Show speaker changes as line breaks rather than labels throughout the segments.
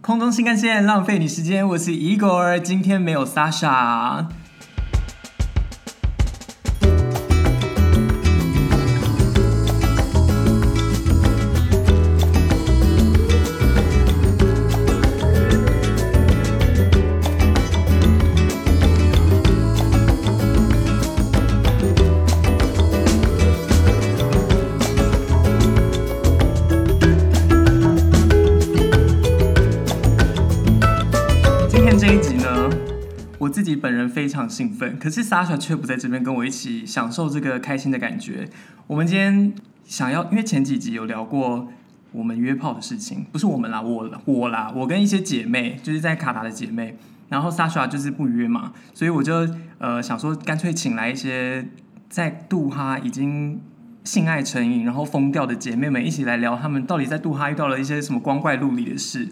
空中新干线，浪费你时间，我是 Igor，今天没有 Sasha。今天这一集呢，我自己本人非常兴奋，可是 Sasha 却不在这边跟我一起享受这个开心的感觉。我们今天想要，因为前几集有聊过我们约炮的事情，不是我们啦，我我啦，我跟一些姐妹，就是在卡达的姐妹，然后 Sasha 就是不约嘛，所以我就呃想说，干脆请来一些在杜哈已经。性爱成瘾，然后疯掉的姐妹们一起来聊，她们到底在杜哈遇到了一些什么光怪陆离的事。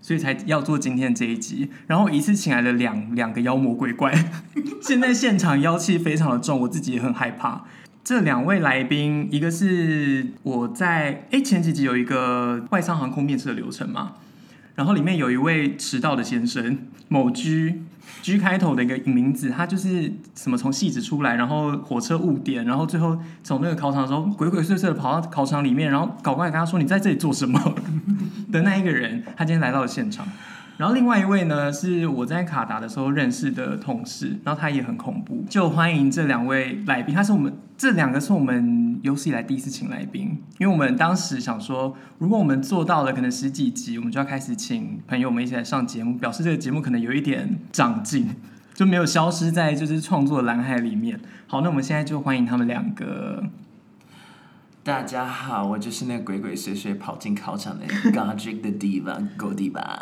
所以才要做今天这一集。然后一次请来了两两个妖魔鬼怪， 现在现场妖气非常的重，我自己也很害怕。这两位来宾，一个是我在诶前几集有一个外商航空面试的流程嘛，然后里面有一位迟到的先生，某居。G 开头的一个名字，他就是什么从戏子出来，然后火车误点，然后最后从那个考场的时候鬼鬼祟祟的跑到考场里面，然后搞怪跟他说你在这里做什么？的那一个人，他今天来到了现场。然后另外一位呢，是我在卡达的时候认识的同事，然后他也很恐怖。就欢迎这两位来宾，他是我们这两个是我们有史以来第一次请来宾，因为我们当时想说，如果我们做到了可能十几集，我们就要开始请朋友们一起来上节目，表示这个节目可能有一点长进，就没有消失在就是创作蓝海里面。好，那我们现在就欢迎他们两个。
大家好，我就是那鬼鬼祟祟跑进考场的 Godric 的 Diva 狗 Diva。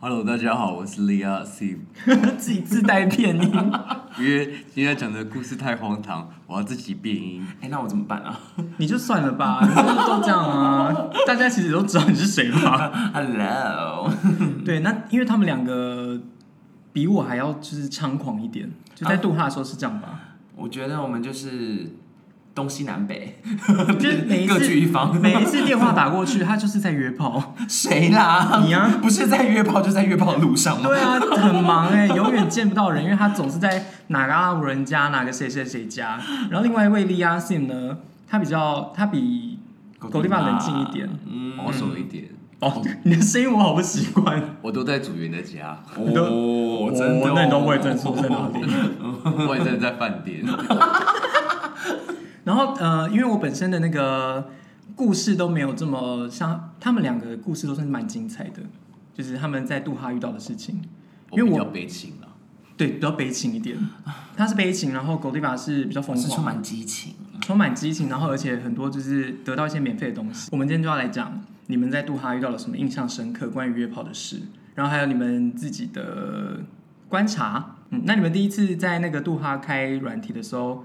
Hello，大家好，我是 Lia C。
自己自带片音，
因为今天讲的故事太荒唐，我要自己变音。
哎、那我怎么办啊？
你就算了吧，你都都这样啊，大家其实都知道你是谁吧？
Hello，
对，那因为他们两个比我还要就是猖狂一点，就在杜哈的时候是这样 吧，
我觉得我们就是东西南北，
就是每一次
各据一方。
每一次电话打过去，他就是在约 炮。
谁啦？
你啊
不是在约炮，就在约炮的路上吗？
对啊，很忙哎、永远见不到人，因为他总是在哪个阿拉伯人家，哪个谁谁谁家。然后另外一位利亚信呢，他比较他比狗地方冷静一点。
嗯，
保守一点，
哦，你的声音我好不习惯。
我都在组员的家，
哦，真的、
哦
哦，
那你都不会正说在哪里？嗯
外站在饭店。
然后呃，因为我本身的那个故事都没有这么像他们两个的故事都算是蛮精彩的，就是他们在杜哈遇到的事情，
我
因为
比
我
较悲情啊了，
对比较悲情一点，他是悲情，然后狗蒂巴是比较
我
疯
是充
狂，
满激情。
充满激情，然后而且很多就是得到一些免费的东西。我们今天就要来讲你们在杜哈遇到了什么印象深刻关于约炮的事，然后还有你们自己的观察。嗯，那你们第一次在那个杜哈开软体的时候，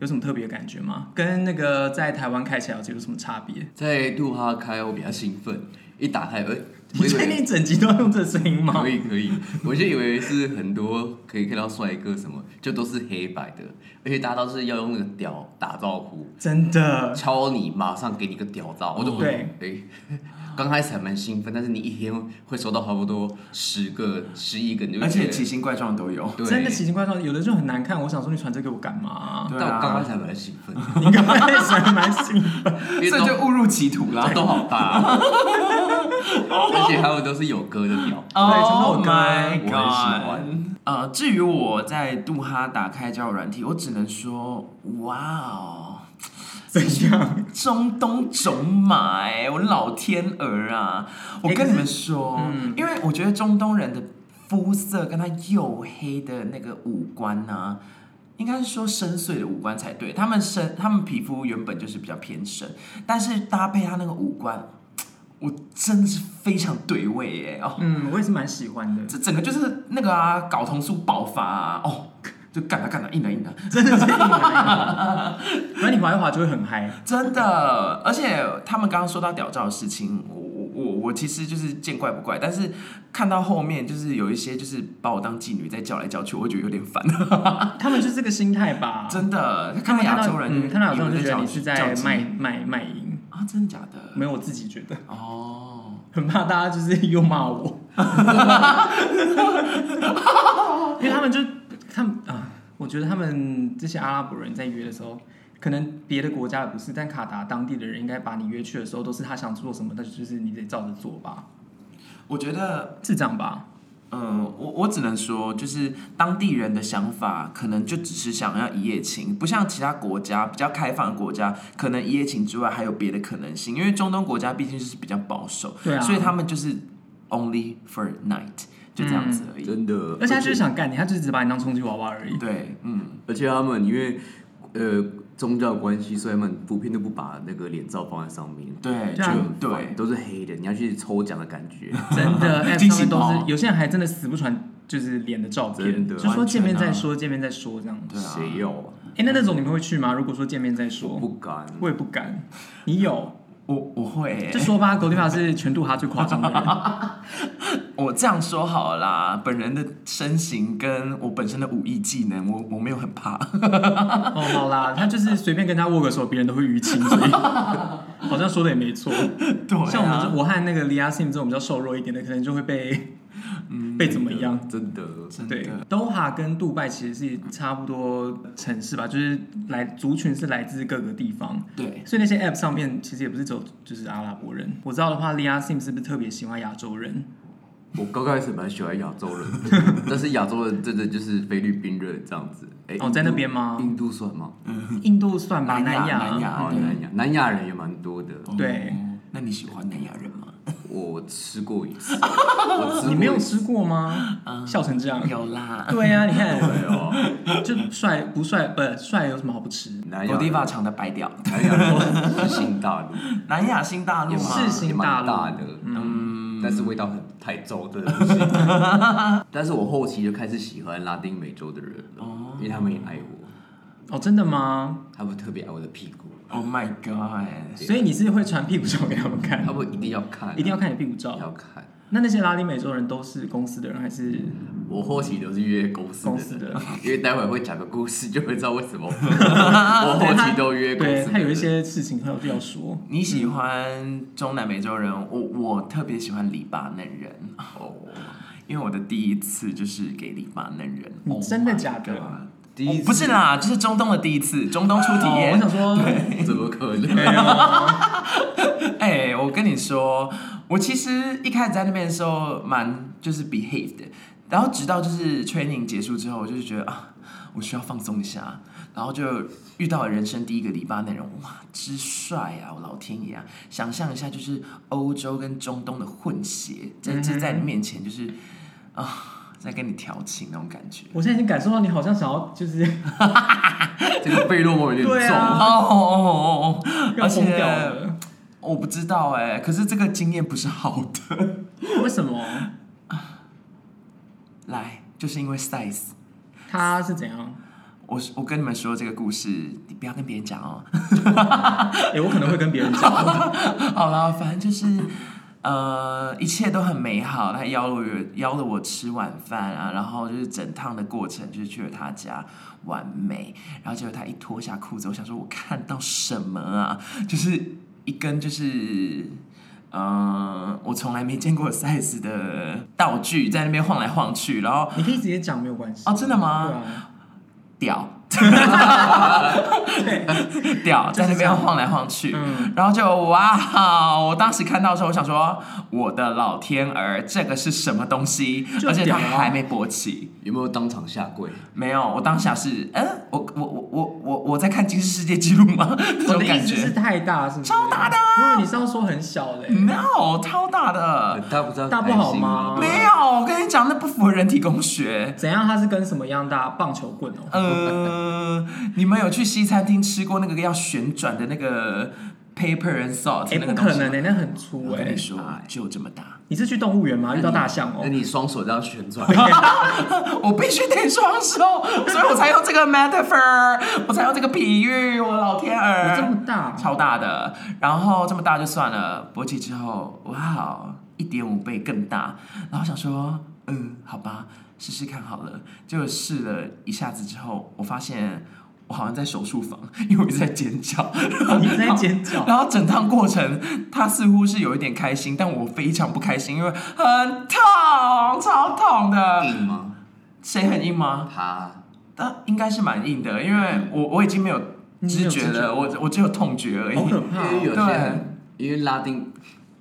有什么特别的感觉吗？跟那个在台湾开起来有什么差别？
在杜哈开，我比较兴奋，一打开，哎、我
你
以
确
为
定整集都要用这声音吗
可？以可以，我就以为是很多可以看到帅哥什么，就都是黑白的，而且大家都是要用那个屌打招呼，
真的，
敲你，马上给你个屌照，我就
哦对，
哎，刚开始还蛮兴奋，但是你一天会收到差不多十个、十一个，你就
而且
觉得
奇形怪状都有。
对
真的奇形怪状，有的就很难看。我想说，你传这给我干嘛？
对
但我刚开
啊，
始还蛮兴奋，
你刚开始还蛮兴奋，
因为
这
都
就误入歧途啦。
都好大、啊，而且还有都是有歌的鸟，
对全部有歌
Oh my
我很喜
god 呃，至于我在杜哈打开交友软体，我只能说，哇哦，
怎样？
中东种马哎、我老天鹅啊！我
欸可
跟
是嗯
你们说，因为我觉得中东人的肤色跟他黝黑的那个五官呢、啊应该是说深邃的五官才对。他们深，他们皮肤原本就是比较偏深，但是搭配他那个五官，我真的是非常对味哎、哦，
嗯，我也是蛮喜欢的。
这整个就是那个啊，睾酮素爆发啊，哦，就干了干了，硬了硬了。
真的是硬 来的，然后你滑一滑就会很嗨。
真的，而且他们刚刚说到屌照的事情，我我我我其实就是见怪不怪，但是看到后面就是有一些就是把我当妓女在叫来叫去，我会觉得有点烦。
他们就是这个心态吧。
真的，
他
看
们
到
看
亚
到
洲人，
嗯，看到亚洲人就觉得
以为
你是
叫
在
叫妓
卖卖卖淫，
啊，真的假的？
没有我自己觉得。
哦，
很怕大家就是又骂 我，因为他们就他们啊，我觉得他们这些阿拉伯人在约的时候，可能别的国家的不是，但卡达当地的人应该把你约去的时候，都是他想做什么，那就是你得照着做吧，
我觉得
是这样吧？
嗯，我我只能说，就是当地人的想法可能就只是想要一夜情，不像其他国家比较开放的国家，可能一夜情之外还有别的可能性。因为中东国家毕竟就是比较保守，
对啊
所以他们就是 only for night，就这样子而已。
真的。
而且他就是想干你，他就是只把你当充气娃娃而已。
对，嗯，
而且他们因为呃宗教关系，所以他们普遍都不把那个脸罩放在上面，
对，
这
就
样
对，
都是黑的，你要去抽奖的感觉。
真的，App
惊
上
喜
面都
包
是有些人还真的死不传，就是脸的照片，
真的
就说
完全
见面
啊
再说，见面再说这样。
对啊
谁要啊？
哎、那那种你们会去吗？如果说见面再说，
不敢。
我也不敢。你 有？
我我会、欸
就说吧，狗地法是全杜哈最夸张的 人。
我这样说好了啦，本人的身形跟我本身的武艺技能，我我没有很怕。
哦，好啦，他就是随便跟他握个手，别人都会淤青， 所以好像说的也没错。
对、啊，
像我们这，我和那个李亚 Sim 这种比较瘦弱一点的，可能就会被
嗯
被怎么样？
真的？
真
对
的，
，Doha 跟杜拜其实是差不多城市吧，就是来族群是来自各个地方。
对，
所以那些 App 上面其实也不是只有就是阿拉伯人。我知道的话，Lia Sim 是不是特别喜欢亚洲人？
我刚开始蛮喜欢亚洲人， 但是亚洲人真的就是菲律宾人这样子。哎、
哦在那边嗯吗
印度算吗？
印度算吧，
南亚
亚。
南亚
哦，
对
南亚，南亚人也蛮多的。
对
哦那你喜欢南亚人 吗？
我吃过一次，我吃过一次
你没有吃过吗？
嗯
笑成这样。
有啦，
对呀、你 看，
对哦，
就帅不帅？不帅有什么好不吃？
南亚
啊狗地
人
方长的白屌，
南亚人是新大陆，
南亚新大陆
也
嘛，
哦是
蛮
新
也
大
蛮
陆
大的，嗯，但是味道很太重，真的不 行。但是我后期就开始喜欢拉丁美洲的人了，因为他们也爱我，
哦，真的吗？
他们特别爱我的屁股，
Oh my god！
所以你是会传屁股照给他们看
他，们一定要看啊，
一定要看你屁股
要
照。
看。
那那些拉丁美洲人都是公司的人还是
我后期嗯都是约公司
公司
的，
的？
因为待会会讲个故事，就会知道为 什么我后期都约公司
对
的人。
他有一些事情他有必要说。
你喜欢中南美洲人，我我特别喜欢黎巴嫩人，
哦，
因为我的第一次就是给黎巴嫩人。
你
Oh
真的
my
假的
god
第一次
不是啦，就是中东的第一次，中东初体
哦，我
验
想。说，
怎么可
没
能？
有
哎、我跟你说，我其实一开始在那边的时候蛮就是 behave 的，然后直到就是 training 结束之后，我就是觉得啊，我需要放松一下，然后就遇到了人生第一个黎巴嫩人，哇，之帅啊！我老天爷啊！想象一下，就是欧洲跟中东的混血，在就在你面前就是啊，在跟你调情那种感觉。
我现在已经感受到你好像想要 就是
这个贝洛蒙有点
对
重。
哦
啊
哦哦哦！
要
而
疯掉
且
了，
我不知道哎、可是这个经验不是好的。
为什么？
来，就是因为 size。
他是怎 样？
我我跟你们说这个故事，你不要跟别人讲哦。
哎、我可能会跟别人讲，
好了，反正就是，呃，一切都很美好。他邀了我，邀了我吃晚饭啊，然后就是整趟的过程，就是去了他家，完美。然后结果他一脱下裤子，我想说，我看到什么啊？就是一根就是。嗯，我从来没见过 size 的道具在那边晃来晃去，然后
你可以直接讲没有关系。
哦，真的
对
吗？
啊，
屌
对，
屌
就是
在那
这样
边晃来晃去，
嗯，
然后就哇！我当时看到的时候，我想说，我的老天儿，这个是什么东西？
就
而且
屌
它
啊
还没勃起。
有没有当场下跪？
没有，我当下是，嗯，我我我我我我在看《吉尼斯世界纪录》吗？ 这
我
种
的意
感
思是
觉。
太大，是不是？
超大的啊
因
嗯
为你是要说很小的、欸，
No，超大
呃
的。
大不知道
大不好吗
没有，我跟你讲，那不符合人体工学。
怎样？它是跟什么样大？棒球棍哦、
呃，你们有去西餐厅吃过那个要旋转的那个 paper and salt
哎、
那
不
个东
可
西
能
吗？
的、那很粗
我
哎、
跟你说，哎就这么大。
你是去动物园吗？遇到大象哦、
那你双手这样旋转，
我必须得双手，所以我才用这个 metaphor，我才用这个比喻。我老天
有
儿，
这么大？啊
超大的，然后这么大就算了，勃起之后，哇，一点五倍更大。然后想说，嗯，好吧，试试看好了。就试了一下子之后，我发现我好像在手术房， 因为我一直在尖叫。
你在尖 叫，
然后整趟过程，他似乎是有一点开心，但我非常不开心，因为很痛，超痛的。
硬吗？
谁很硬吗？
他
但应该是蛮硬的，因为我我已经没有知觉
你没
了，
有
我我只有痛觉而已。
好可
因
怕
为有
哦！
些人，因为拉丁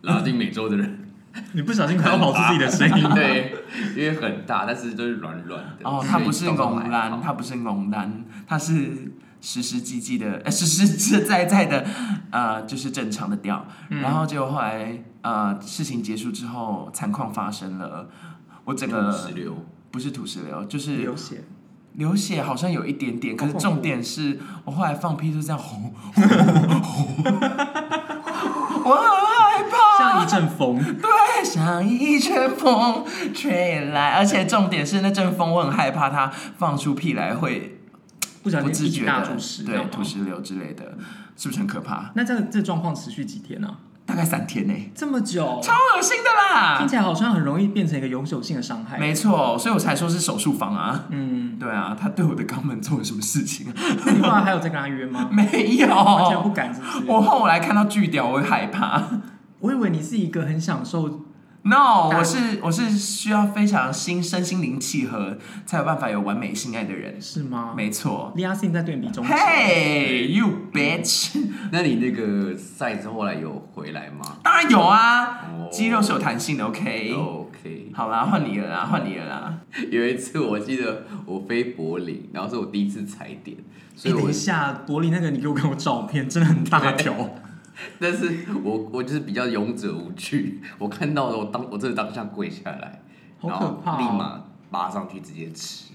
拉丁美洲的人，。
你不小心快要跑出自己的声 音
对，因为很大，但是就是软软的。
哦，他不是
所以动
拱
还好
蓝，他不是拱蓝，他是实实际际的， 呃，实实在在的，呃，就是正常的调。
嗯
然后结果后来，呃，事情结束之后，惨况发生了，我整
吐
个
石榴，
不是吐石流，就是
流血，
流血好像有一点点，可
好恐
是
怖
重点是我后来放屁就这样吼， 我很害怕，
像一阵风，
对，像一阵风吹来，而且重点是那阵风我很害怕它放出屁来会
不小
不
心
自
一起
觉
大
的
吐石，
对，吐
石。
石流之类的，是不是很可怕？
那这样这状况持续几天呢、啊？
大概三天呢、
这么久，
超恶心的啦
听！起来好像很容易变成一个永久性的伤害。
没错，所以我才说是手术房啊。
嗯，
对啊，他对我的肛门做了什么事 情啊？
那你后来还有在跟他约吗？
没有，
完全不敢，是不是？
我后来看到巨屌，我会害怕。
我以为你是一个很享受，
No，
大
我是我是需要非常心身心灵契合，才有办法有完美性爱的人。
是吗？
没错。
利亚信在对你比中指。
Hey you bitch！
那你那个赛之后来有回来吗
当然有啊
哦
肌肉是有弹性的。OK，、
？OK，
好啦，换你了啦，换你了啦。
有一次我记得我飞柏林，然后是我第一次踩点，所
哎、
以
等
我
一下，柏林那个你给我看我照片，真的很大 条，
但是我我就是比较勇者无惧，我看到了我当我真的当下跪下来，
好
然
可
后
怕、
立
哦。
马扒上去直接吃。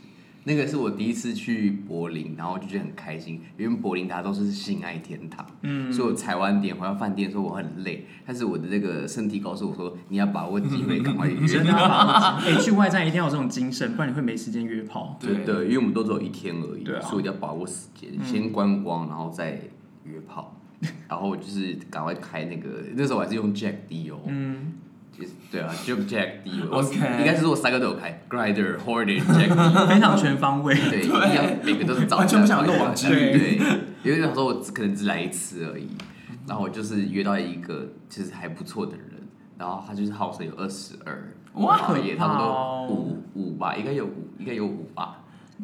那个是我第一次去柏林，然后我就觉得很开心，因为柏林大家都是性爱天堂，
嗯
所以我踩完点回到饭店说我很累，但是我的那个身体告诉我说你要把握机会，赶快约。
真的要把 握紧，哎、去外站一定要有这种精神，不然你会没时间约 炮。
真的，因为我们都只有一天而已，
对啊
所以一定要把握时间，
嗯
先观光，然后再约炮， 然后就是赶快开那个，那时候我还是用 Jack D 哦，
嗯，
就是对啊，Jump Jack D 哦
OK
应该是我三个都有开，Grinder、Hornet、Jack
非常全方位。
D，对，一定要每个都是找一下，
完全不想漏网之
鱼
对，因为想说我只可能只来一次而已，然后我就是约到一个其实还不错的人，然后他就是号称有二十二，
哇
然后也
可
差
怕
不
哦
多五五吧，应该有五，应该有五吧。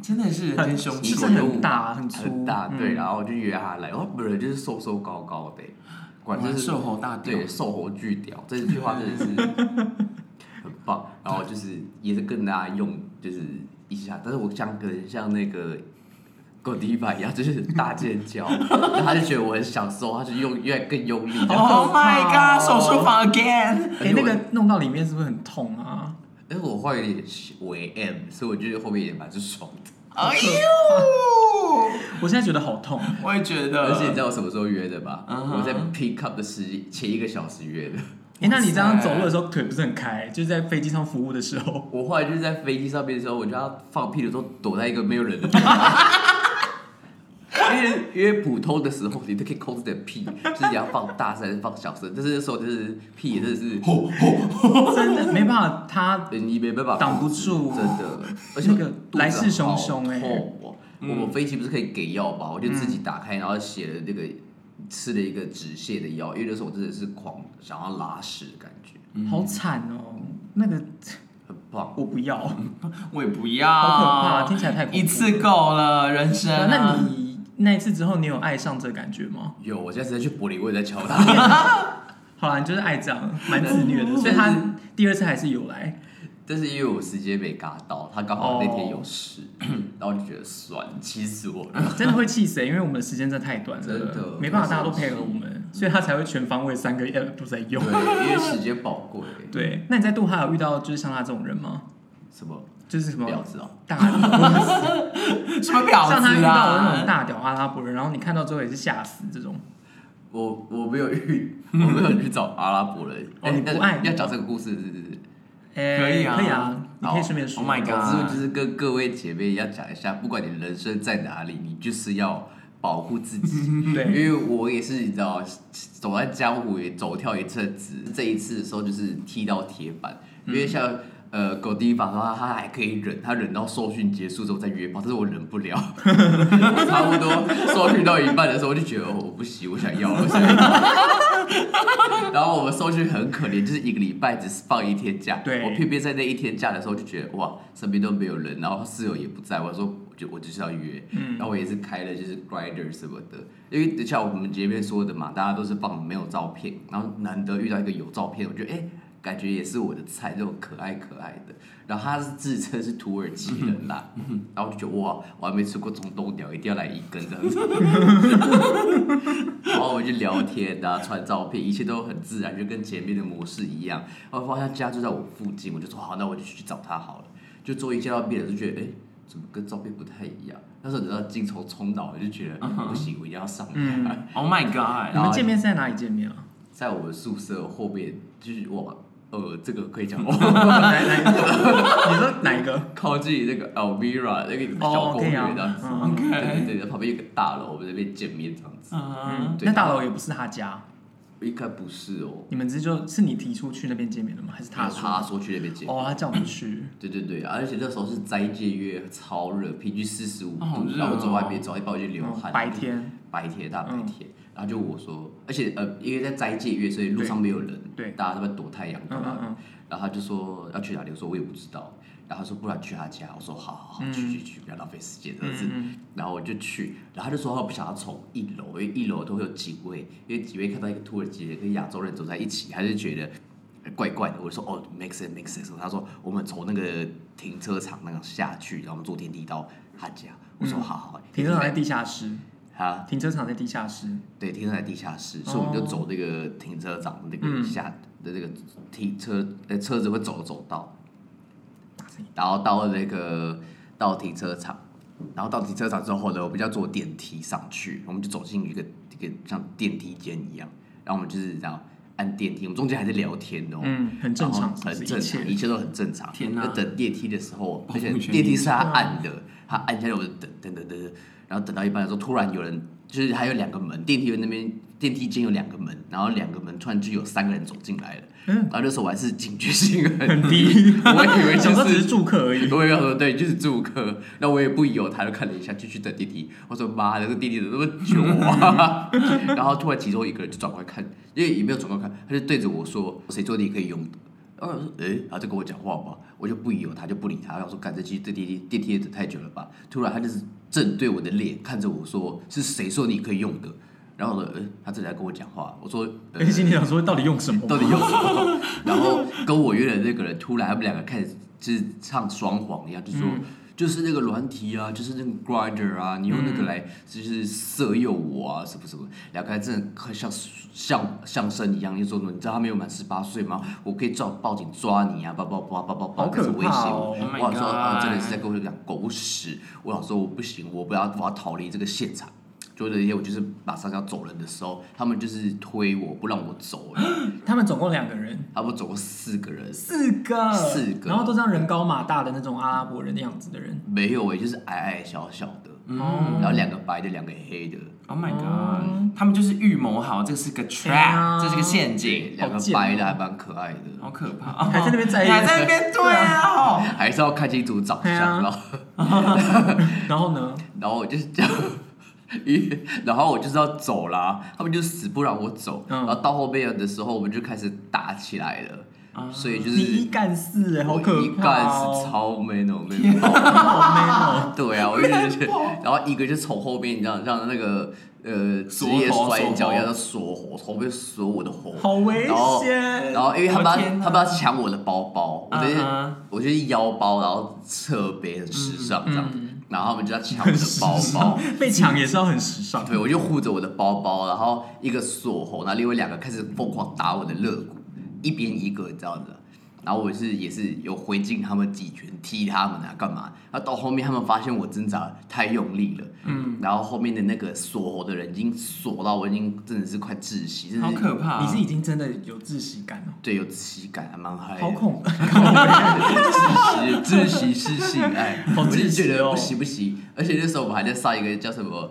真的是人间凶
是
其
手
实
真的很大很粗
很大，
嗯
对，然后我就约他来，哦，本人就是瘦瘦高高的，管
哇
就是
瘦哦猴大屌
对，瘦猴巨屌，这句话真的是 很棒。然后就是也是跟大家用就是一下，但是我像可能像那个。狗迪吧一样，就是大尖 叫，然后他就觉得我很享受，他就用越来更用力，然后
！Oh my god，手术房 again！
哎、那个弄到里面是不是很痛啊？
但是我后来有点为 M，所以我觉得后面也蛮爽的。
哎 呦，
我现在觉得好痛。啊
我也觉得，
而且你知道我什么时候约的吧？
呃嗯哼
我在 pick up 的时前一个小时约的。
哎、那你这样走路的时候腿不是很开，就是在飞机上服务的时候，
我后来就是在飞机上面的时候，我就要放屁的时候躲在一个没有人的地方。因为因为普通的时候，你都可以控制你的屁，就是你要放大声还是放小声，但是那时候就是屁，真的是
真的没办法，他
对你没办法
挡不住哦
真的，而且
那个来势汹汹
哎、
欸嗯
我我飞机不是可以给药吧？我就自己打开，然后写了那个吃了一个止泻的药，因为那时候我真的是狂想要拉屎的感觉，
好惨哦。那个
很棒。
我不要。
我也不要，
好可怕听起来太恐怖了
一次够了，人生啊、
那你那一次之后，你有爱上这感觉吗？
有，我现在直接去柏林，我也在敲他。
好啦，你就是爱这样，蛮自虐的，所以他第二次还是有来。
但是因为我时间没嘎到，他刚好那天
哦
有事， 然后就觉得算了，气死我了。
真的会气死、欸，因为我们的时间真的太短
真
了
的，
没办法，大家都配合我们，所以他才会全方位三个 app 都在用。
对，因为时间宝贵。
对，那你在杜哈有遇到就是像他这种人吗？
什么
就是什么
婊子哦？
大屌，
什么婊
像他遇
子
到的那种
啊？
大屌阿拉伯人，然后你看到之后也是吓死这种。
我我没有遇， 我没有去找阿拉伯人。哎
哦你不
但是
爱
要讲这个故事是是是。
哎
可以啊
可以啊，你可以顺便说。
Oh my
总
god
之就是跟各位姐妹要讲一下，不管你人生在哪里，你就是要保护自己。
对
因为我也是你知道，走
嗯
在江湖也走跳一阵子，这一次的时候就是踢到铁板，因为像。呃，狗第一把的话，他还可以忍，他忍到受训结束之后再约炮，但是我忍 不了，我差不多受训到一半的时候，我就觉得、哦我不行，我想要，我想要。 然后我们受训很可怜，就是一个礼拜只是放一天假，
对
我偏偏在那一天假的时候就觉得哇，身边都没有人，然后室友也不在，我说我就我就是要约，然后我也是开了就是 Grinder 什么的，因为就像我们前面说的嘛，大家都是放没有照片，然后难得遇到一个有照片，我觉得哎、感觉也是我的菜，这种可爱可爱的。然后他是自称是土耳其人啦，然后我就觉得哇，我还没吃过中东鸟，一定要来一根这样子。然后我们就聊天啊，传照片，一切都很自然，就跟前面的模式一样。然后发现他家就在我附近，我就说好，那我就去找他好了。就终于见到面了，就觉得哎、怎么跟照片不太一样？那时候等到精虫冲脑，我就觉得、不行，我一定要上来。
嗯
Oh my
你
god！
们见面是在哪里见面啊？
在我们宿舍后面，就是我呃，这个可以讲吗？
哪哪 一个？？Oh 你说哪一个？
靠近那个 Elvira 那个
哦
小公
可以
园
啊
这样子，
嗯
，OK
对对对，旁边有个大楼，我们在那边见面这样子。
嗯
嗯，，
对
那大楼也不是他家，
应该不是哦，
你们只是就是你提出去那边见面的吗？还是他
他
说？
他说去那边见面。
哦，他叫我们去。
对对对，而且那时候是斋戒月，超热，平均四十五
哦好
度，
热
然后我走
哦
外面走一哎半我就流汗。
嗯白天，嗯
白天大白天，然后就我说，而且呃，因为在斋戒月，所以路上没有人，
对
大家都在躲太阳干
嗯
嘛
嗯
的。
嗯，
然后他就说要去哪里，我说我也不知道。然后他说不然去他家，我说好好好，
嗯
去去去，不要浪费时间，这样子。
嗯
然后我就去，然后他就说他不想要从一楼，因为一楼都会有警卫，因为警卫看到一个土耳其人跟亚洲人走在一起，他就觉得呃怪怪的。我就说哦，make sense make sense。他说我们从那个停车场那个下去，然后我们坐电梯到他家。我说
嗯
好好，
停车场在地下室，
啊，
停车场在地下室。
对，停车场在地下室，所以我们就走那个停车场的那个
嗯
下的那个停车呃车子会走的走道
打字，
然后到那个到停车场，然后到停车场之后呢，我们就要坐电梯上去，我们就走进一个一个像电梯间一样，然后我们就是这样按电梯，我们中间还在聊天哦，
嗯，很正常，是不
很
是
正
一
常，
切
一切都很正常。
天哪
那等电梯的时候，
保护
而
哦
且
全
电梯
民
是他按的，他按下去我就等等等等等，然后等到一半的时候，突然有人，就是还有两个门，电梯有那边电梯间有两个门，然后两个门突然就有三个人走进来了，
嗯
然后那时候我还是警觉性 很
很，低。
我以为就
想说只
是
是住客而已。
我也想说对，就是住客。 那我也不由他，就看了一下，继续等电梯。我说妈的，这电梯怎么那么久啊？ 然后突然其中一个人就转过来看，因为也没有转过来看，他就对着我说：“谁坐电梯可以用的？”然后我说：“诶、然后就跟我讲话嘛。”我就不由他，就不理他。然后说：“赶这去这电梯，电梯也等太久了吧？”突然他就是正对我的脸看着我说：“是谁说你可以用的？”然后我说：“诶、他正在跟我讲话。”我说：“呃
而且你想说到底用什么？
到底有什么？然后跟我约的那个人突然他们两个开始就是唱双簧一样，就说、
嗯
就是那个软体啊，就是那个 grinder 啊，你用那
嗯
个来就是色诱我啊，什么什么，两个人真的很像像相声一样，就说你知道他没有满十八岁吗？我可以抓报警抓你啊，叭叭叭叭叭叭，
好
开始
可
威胁
怕
我。
哦！
Oh my
我想说，啊，真的是
god
在跟我讲狗屎。我想说，我不行，我不要，我要逃离这个现场。就那天我就是马上要走人的时候，他们就是推我不让我走了。
他们总共两个人，
差不多走过四个人，
四个，
四个
然后都像人高马大的那种阿拉伯人的样子的人。
没有诶，就是矮矮小小的，
哦
然后两个白的，两个黑的，
Oh my
哦
嗯
god！他们就是预谋好，这是个
哎
对啊
trap，这是个陷
对，
阱，
两个
好贱哦
白的还蛮可爱的，
好可怕！
还在那边在意
你还在那边对啊！
还是要看清楚长
对啊
相，然后
然后呢？
然后我就是这样。因为然后我就是要走啦，他们就死不让我走。
嗯
然后到后面的时候，我们就开始打起来了，所以就
啊你一
是
干四，哎，好可
我
怕！
一干是，超 man 哦，没有爆
好 man 哦！
对啊，我就觉得，然后一个就从后面，你知道，像那个呃职业
锁喉
摔跤一样
锁喉
的锁喉，从后面锁我的喉，
好危
然后
险
然后因为他们
我天
要
哪
他们要抢我的包包，我就是、
嗯哼
我就是腰包，然后侧背很时尚这
嗯
样子，然后他们就要抢我的包包。
被抢也是要很时尚。
对，我就护着我的包包，然后一个锁喉，然后另外两个开始疯狂打我的肋骨，一边一个，你知道的。然后我是也是有回敬他们几拳，踢他们啊，干嘛？然后到后面他们发现我挣扎太用力了，嗯，然后后面的那个锁喉的人已经锁到我已经真的是快窒息，真的
好
是
可怕！
你是已经真的有窒息感哦，
对有窒息感，还蛮嗨的，
好恐怖！
窒直窒息式性爱，
好
我就
窒息
觉得
哦
不行不行。而且那时候我们还在上一个叫什么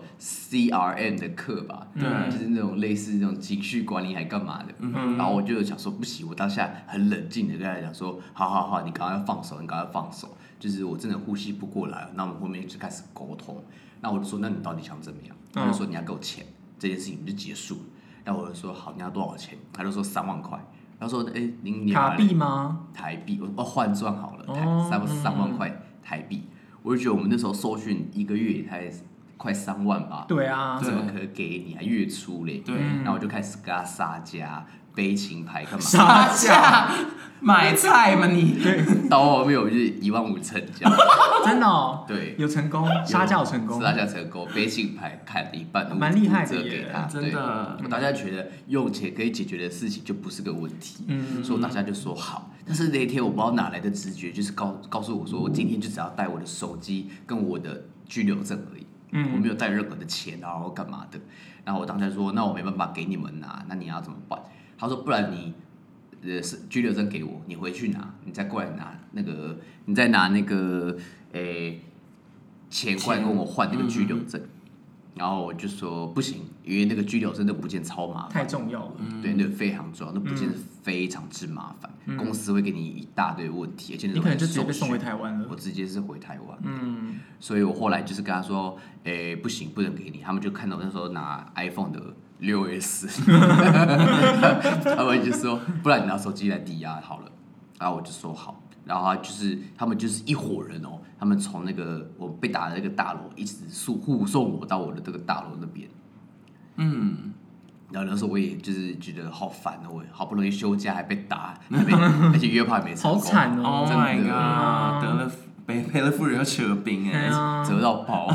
CRM 的课吧，
对
就是那种类似那种情绪管理还干嘛的。
哼
然后我就想说，不行，我当下很冷静的跟他讲说，好好好，你赶快放手，你赶快放手，就是我真的呼吸不过来了。那我们后面就开始沟通，那我就说，那你到底想怎么样？他就说你要给我钱，这件事情就结束了。然后我就说好，你要多少钱？他就说三万块。他说：“哎、您年
卡
完
币吗？
台币，我哦换算好了，台
哦
三
嗯
三万块台币，我就觉得我们那时候受训一个月也才快三万吧，
对啊，
怎么可能给你啊？月初嘞，
对
然后我就开始跟他杀价、悲情牌干嘛？
杀
价买菜嘛你，
到后面我就是一万五成交，
真的哦，
对，
有成功，杀价有成功，
杀价成功，悲情牌砍了一半，
蛮厉害的
五折
耶
给他，
真的
对。我大家觉得用钱可以解决的事情就不是个问题，
嗯
所以大家就说好。但是那一天我不知道哪来的直觉，就是告告诉我说，我今天就只要带我的手机跟我的居留证而已，
嗯
我没有带任何的钱，然后干嘛的。然后我当时说，那我没办法给你们拿，那你要怎么办？他说，不然你。呃，是居留证给我，你回去拿，你再过来拿那个，你再拿那个，诶、钱过来跟我换那个居留
嗯
证，然后我就说不行，因为那个居留证那不件超麻烦，
太嗯重要了，
对，那个非常重要，那不件非常之麻烦，公司会给你一大堆问题，而且
嗯
那
你
种
可能就
很
直接被
手
送回
续
台湾了
我。直接是回台湾，
嗯，
所以我后来就是跟他说，诶、不行，不能给你。他们就看到我那时候拿 iPhone 的六 S，他们就说，不然你拿手机来抵押好了。然后我就说好，然后他就是他们就是一伙人哦，他们从那个我被打的那个大楼一直护护送我到我的这个大楼那边。
嗯，
然后那时候我也就是觉得好烦哦，我好不容易休假还被打，还被而且约炮也没成
好
功，
惨哦
Oh
真的
my god！得啊了赔赔了夫人又扯兵
对
哎、
啊，
折到爆。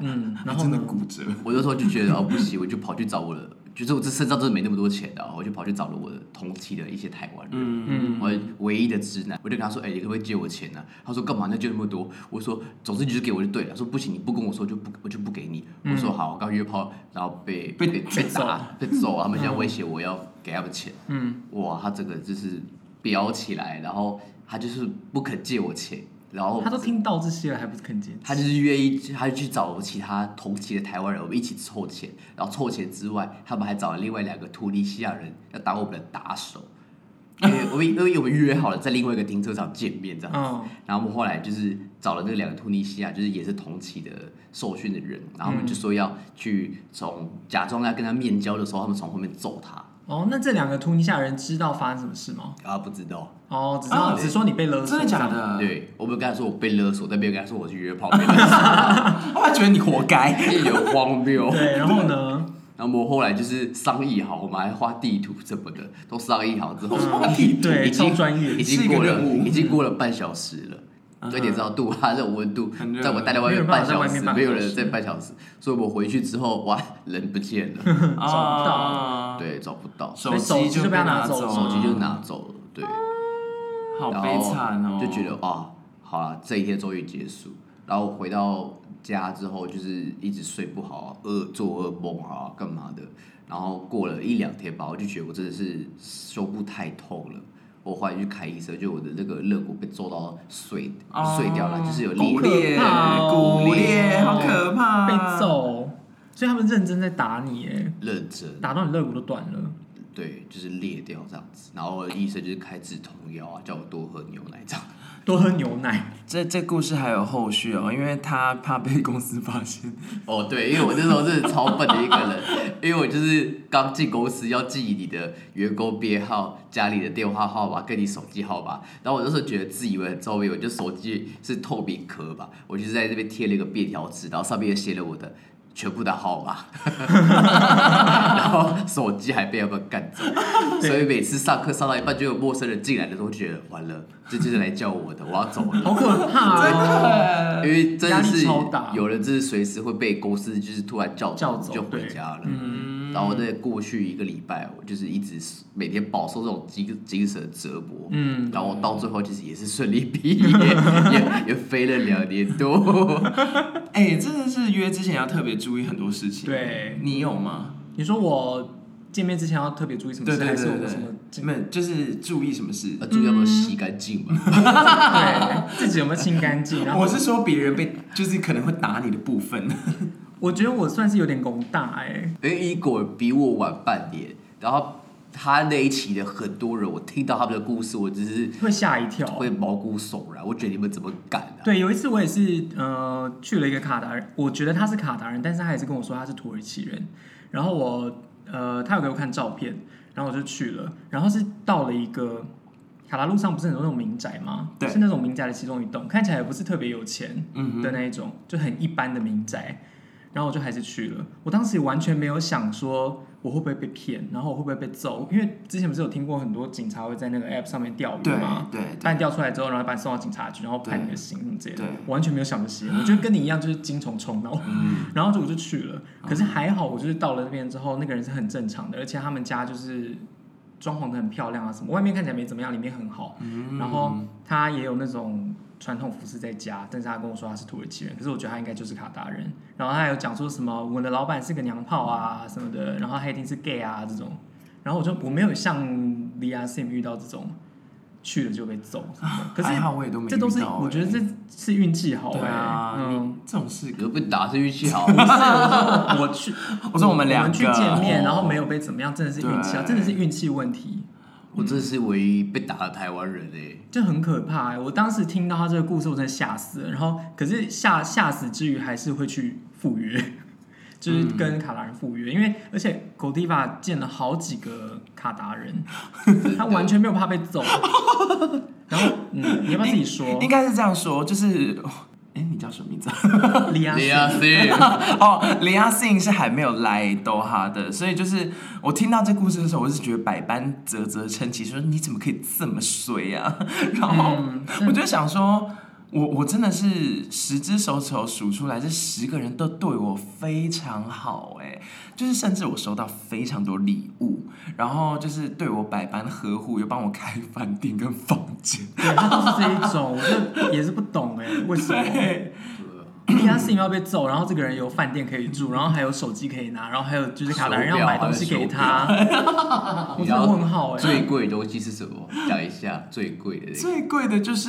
嗯，然后
真的
呢？
骨折。
我那时候就觉得哦不行，我就跑去找我的，就是我这身上真的没那么多钱的、啊，我就跑去找了我的同期的一些台湾人，
嗯
我唯一的直男，我就跟他说，哎、你可不可以借我钱呢、他说干嘛？那就那么多。我说，总之你就给我就对了。他说不行，你不跟我说就不我就不给你。我说好，我刚约炮，然后被
被
被被打被揍，啊他们现在威胁我要给他们钱。
嗯，
哇，他这个就是飙起来，然后他就是不肯借我钱，然后
他都听到这些了，还不是肯接？
他就是愿意，他就去找其他同期的台湾人，我们一起凑钱。然后凑钱之外，他们还找了另外两个突尼西亚人要当我们的打手，因为我们因为我们约好了在另外一个停车场见面这样。
嗯，
然后我们后来就是找了那两个突尼西亚，就是也是同期的受训的人，然后我们就说要去从假装要跟他面交的时候，他们从后面揍他。
哦，那这两个突尼夏人知道发生什么事吗？
啊，不知道，
哦，只知
啊
道只说你被勒索，
真的假？的？，
对我没有跟他说我被勒索，但没有跟他说我去约炮被勒
我哦还觉得你活 该。
索， 一有荒谬。
对，然后 呢？
然后我们后来就是商议好，我们还画地图什么的，都商议好之后，
对
已经
超专业
已经过
是一
了
个任务
已经过了半小时了。而且知道度它这种温度
很，热
在我待在外
嗯没
面
有办
半
法在
小
外
时，
面半
没有
小
人
时
在半小时，所以我回去之后，哇，人不见 了，
找
不到
对，找不到，
嗯
手
哦手机就被拿
手
走，
机就，拿走了，对，
好
然
悲
后
惨哦，
就觉得啊，好了，这一天终于结束。然后回到家之后，就是一直睡不好，啊噩做噩梦啊，干嘛的。然后过了一两天吧，我就觉得我真的是胸部太痛了。我后来去看医生，就我的那个肋骨被揍到碎、
哦
碎掉了，就是有
骨
裂
裂，哦骨裂，好可怕，
被。揍，所以他们认真在打你，哎，
认真，
打到你肋骨都断了。
对，就是裂掉这样子。然后医生就是开止痛药啊，叫我多喝牛奶这样。
多喝牛奶，
这这故事还有后续哦，因为他怕被公司发现。
哦，对，因为我那时候真的超笨的一个人，因为我就是刚进公司要记你的员工编号、家里的电话号码跟你手机号码，然后我那时候觉得自以为很聪明，我就手机是透明壳吧，我就是在这边贴了一个便条纸，然后上面也写了我的。全部的号码， 然后手机还被他们干走，所以每次上课上到一半就有陌生人进来的时候，我就觉得完了，这就是来叫我的，我要走了。
好可怕哦！
因为真的是
压力超大
有人就是随时会被公司就是突然叫
叫走
就回
对
家了。然后在过去一个礼拜，我就是一直每天饱受这种精精神折磨。
嗯，
然后到最后其实也是顺利毕业， 也也飞了两年多。
哎，真的是约之前要特别注意很多事情。
对
你有吗？
你说我见面之前要特别注意什么
对
事，
对
还是
对
我们什么
对，没有就是注意什么事
呃，。主要要洗干净嘛。
对自己有没有清干净？然后
我是说别人被就是可能会打你的 部分，
我觉得我算是有点拱大哎、
因为一果比我晚半年，然后他那一期的很多人，我听到他们的故事，我只是
会吓一跳。
会毛骨悚然。我觉得你们怎么敢啊？
对，有一次我也是呃去了一个卡达人，我觉得他是卡达人，但是他也是跟我说他是土耳其人。然后我呃，他有给我看照片，然后我就去了。然后是到了一个卡达路上，不是很多那种民宅吗？
对
是那种民宅的其中一栋，看起来也不是特别有钱
嗯
的那一种，就很一般的民宅。然后我就还是去了，我当时完全没有想说我会不会被骗，然后我会不会被揍，因为之前不是有听过很多警察会在那个 app 上面钓鱼
对
吗？
对
把你调出来之后，然后把你送到警察局，然后判你的刑什么之类的
对，
我完全没有想这些，我觉得跟你一样就是精虫充脑，
嗯
然后就我就去了，可是还好我就是到了那边之后，那个人是很正常的，而且他们家就是装潢的很漂亮啊什么，外面看起来没怎么样，里面很好，
嗯
然后他也有那种。传统服饰在家，但是他跟我说他是土耳其人，可是我觉得他应该就是卡达人。然后他还有讲说什么我的老板是个娘炮啊什么的，然后他一定是 gay 啊这种。然后我就我没有像 l i a Sim 遇到这种去了就被揍什么的，可是
还好我也都没遇到、欸
这都是我觉得这是运气好
对
哎、
啊，
嗯，
你这种事，
可被打是运气好，
我去，
我说我们两个
去见面，
哦
然后没有被怎么样，真的是运气啊，
对
真的是运气问题，
我
嗯
真是唯一被打的台湾人哎、
就很可怕、哎我当时听到他这个故事，我真的吓死了。然后可是吓吓死之余，还是会去赴约， 就是跟卡达人赴
嗯
约，因为而且 Godiva 见了好几个卡达 人，他完全没有怕被揍。然后，嗯，你要不要自己说？
应该是这样说，就是，哎、你叫什么名字啊？
李亚
对
信
呀， 对，啊
哦，李亚信是还没有来多哈的，所以就是我听到这故事的时候，我是觉得百般啧啧称奇，说你怎么可以这么衰啊？然后
嗯
我就想说，我我真的是十只手指头数出来，这十个人都对我非常好、哎，就是甚至我收到非常多礼物，然后就是对我百般呵护，又帮我开饭店跟房间，
对，他都是这一种，我就也是不懂哎、为什么？
对，
因为他事情要被揍，然后这个人有饭店可以住，然后还有手机可以拿，然后还有就是卡达人
手
要
表
买东西给他，我真的问号哎、
最贵的东西是什么？讲一下最贵的、那个。
最贵的就是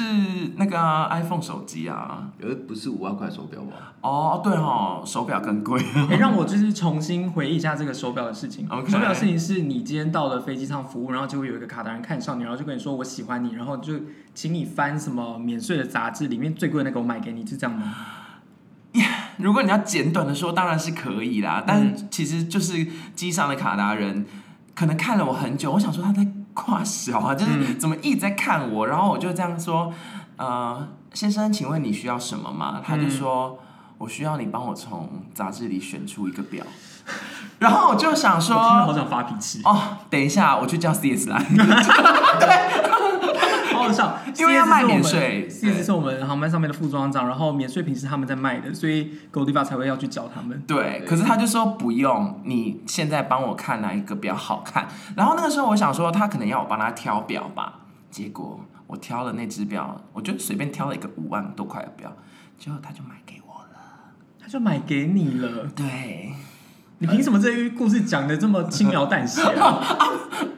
那个啊、iPhone 手机啊。
呃，不是五万块手表吗？
哦，对哦，手表更贵。
哎、让我就是重新回忆一下这个手表的事情。
OK
手表的事情是你今天到了飞机上服务，然后结果有一个卡达人看上你，然后就跟你说我喜欢你，然后就请你翻什么免税的杂志，里面最贵的那个我买给你，是这样吗？
如果你要简短的说，当然是可以
嗯
啦。但其实就是机上的卡达人，可能看了我很久，我想说他在夸小啊，
嗯
就是怎么一直在看我，然后我就这样说，呃，先生，请问你需要什么吗？
嗯
他就说。我需要你帮我从杂志里选出一个表，然后我就想
我听了好
说，
想发脾气，
哦，等一下，我去叫 CS 来。哦
好好 笑，
因为要卖免税
c
对
s 是我们航班上面的副装长，然后免税品是他们在卖的，所以 Godiva 才会要去找他们。
对，可是他就说不用，你现在帮我看哪一个比较好看。然后那个时候我想说，他可能要我帮他挑表吧，结果我挑了那只表，我就随便挑了一个五万多块的表，结果他就买给我了。
他就买给你了，
对，
你凭什么这故事讲的这么轻描淡写 啊？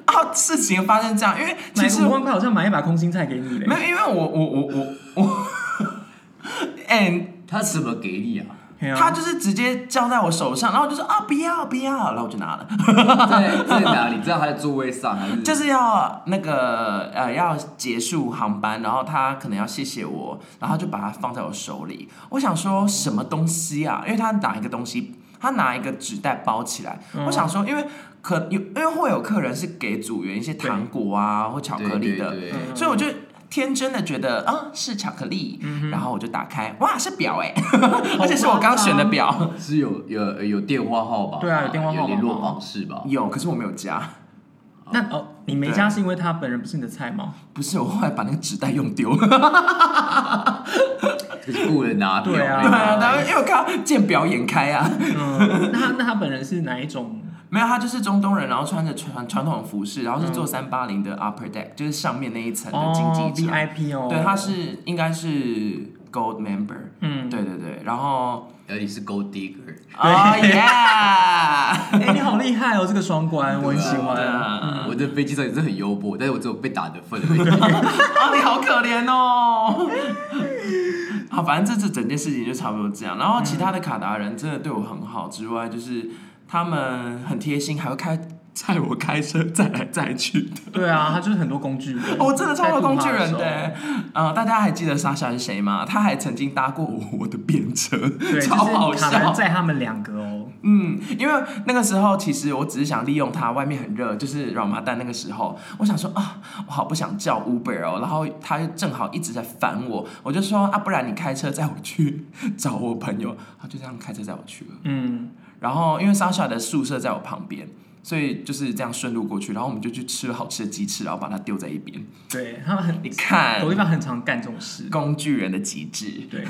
啊，事情发生这样，因为
买
其实
五万块好像买一把空心菜给你
没
嘞。
有，因为我我我我我， 哎、
他怎么给你啊？
嘿啊
他就是直接交在我手上，然后我就说啊不要不要，然后我就拿了。
在在哪里？在他的座位 上还是？
就是要那个呃，要结束航班，然后他可能要谢谢我，然后就把它放在我手里。我想说什么东西啊？因为他拿一个东西，他拿一个纸袋包起来。
嗯
我想说，因为可有因为会有客人是给组员一些糖果啊或巧
对
克力的，
对对
嗯
所以我就。天真的觉得啊、是巧克力，
嗯
然后我就打开，哇是表 哎、而且是我刚选的表，
是有有有电话号码吗，
嗯对啊有电话号码
有联络方式吧？
有可是我没有加，
那哦，你没加是因为他本人不是你的菜 吗？
不是我后来把那个纸袋用 丢了。
可是雇人拿 表，欸
对啊
对啊，然后因为我看到见表演开啊，
嗯，那他那他本人是哪一种？
没有，他就是中东人，然后穿着传传统服饰，然后是坐三八零的 upper deck，就是上面那一层的经
哦
济舱。
，VIP 哦，
对，他是应该是 Gold Member，
嗯，
对对对，然后
而你是 Gold Digger，
啊 Yeah，
哎、你好厉害哦，这个双关我很喜
对
欢。
啊
我的飞机上也是很幽默，但是我只有被打的份而已。
啊，你好可怜哦。好，反正这次整件事情就差不多这样。然后其他的卡达人真的对我很好，之外就是他们很贴心，还会开载我开车载来载去的。
对啊，他就是很多工具人。 哦
我哦真的超多工具
在
人
杜
的、
马时候
呃，大家还记得莎莎是谁吗？她还曾经搭过我的便车，
对，
超好
就是卡达
笑。
在他们两个哦，
嗯，因为那个时候其实我只是想利用它，外面很热，就是软麻蛋那个时候，我想说啊，我好不想叫 Uber 哦，然后他正好一直在烦我，我就说啊，不然你开车载我去找我朋友，他就这样开车载我去了。
嗯，
然后因为 Sasha 的宿舍在我旁边，所以就是这样顺路过去，然后我们就去吃了好吃的鸡翅，然后把它丢在一边。
对他们很
你看
狗，地方很常干这种事。
工具人的极致，
对，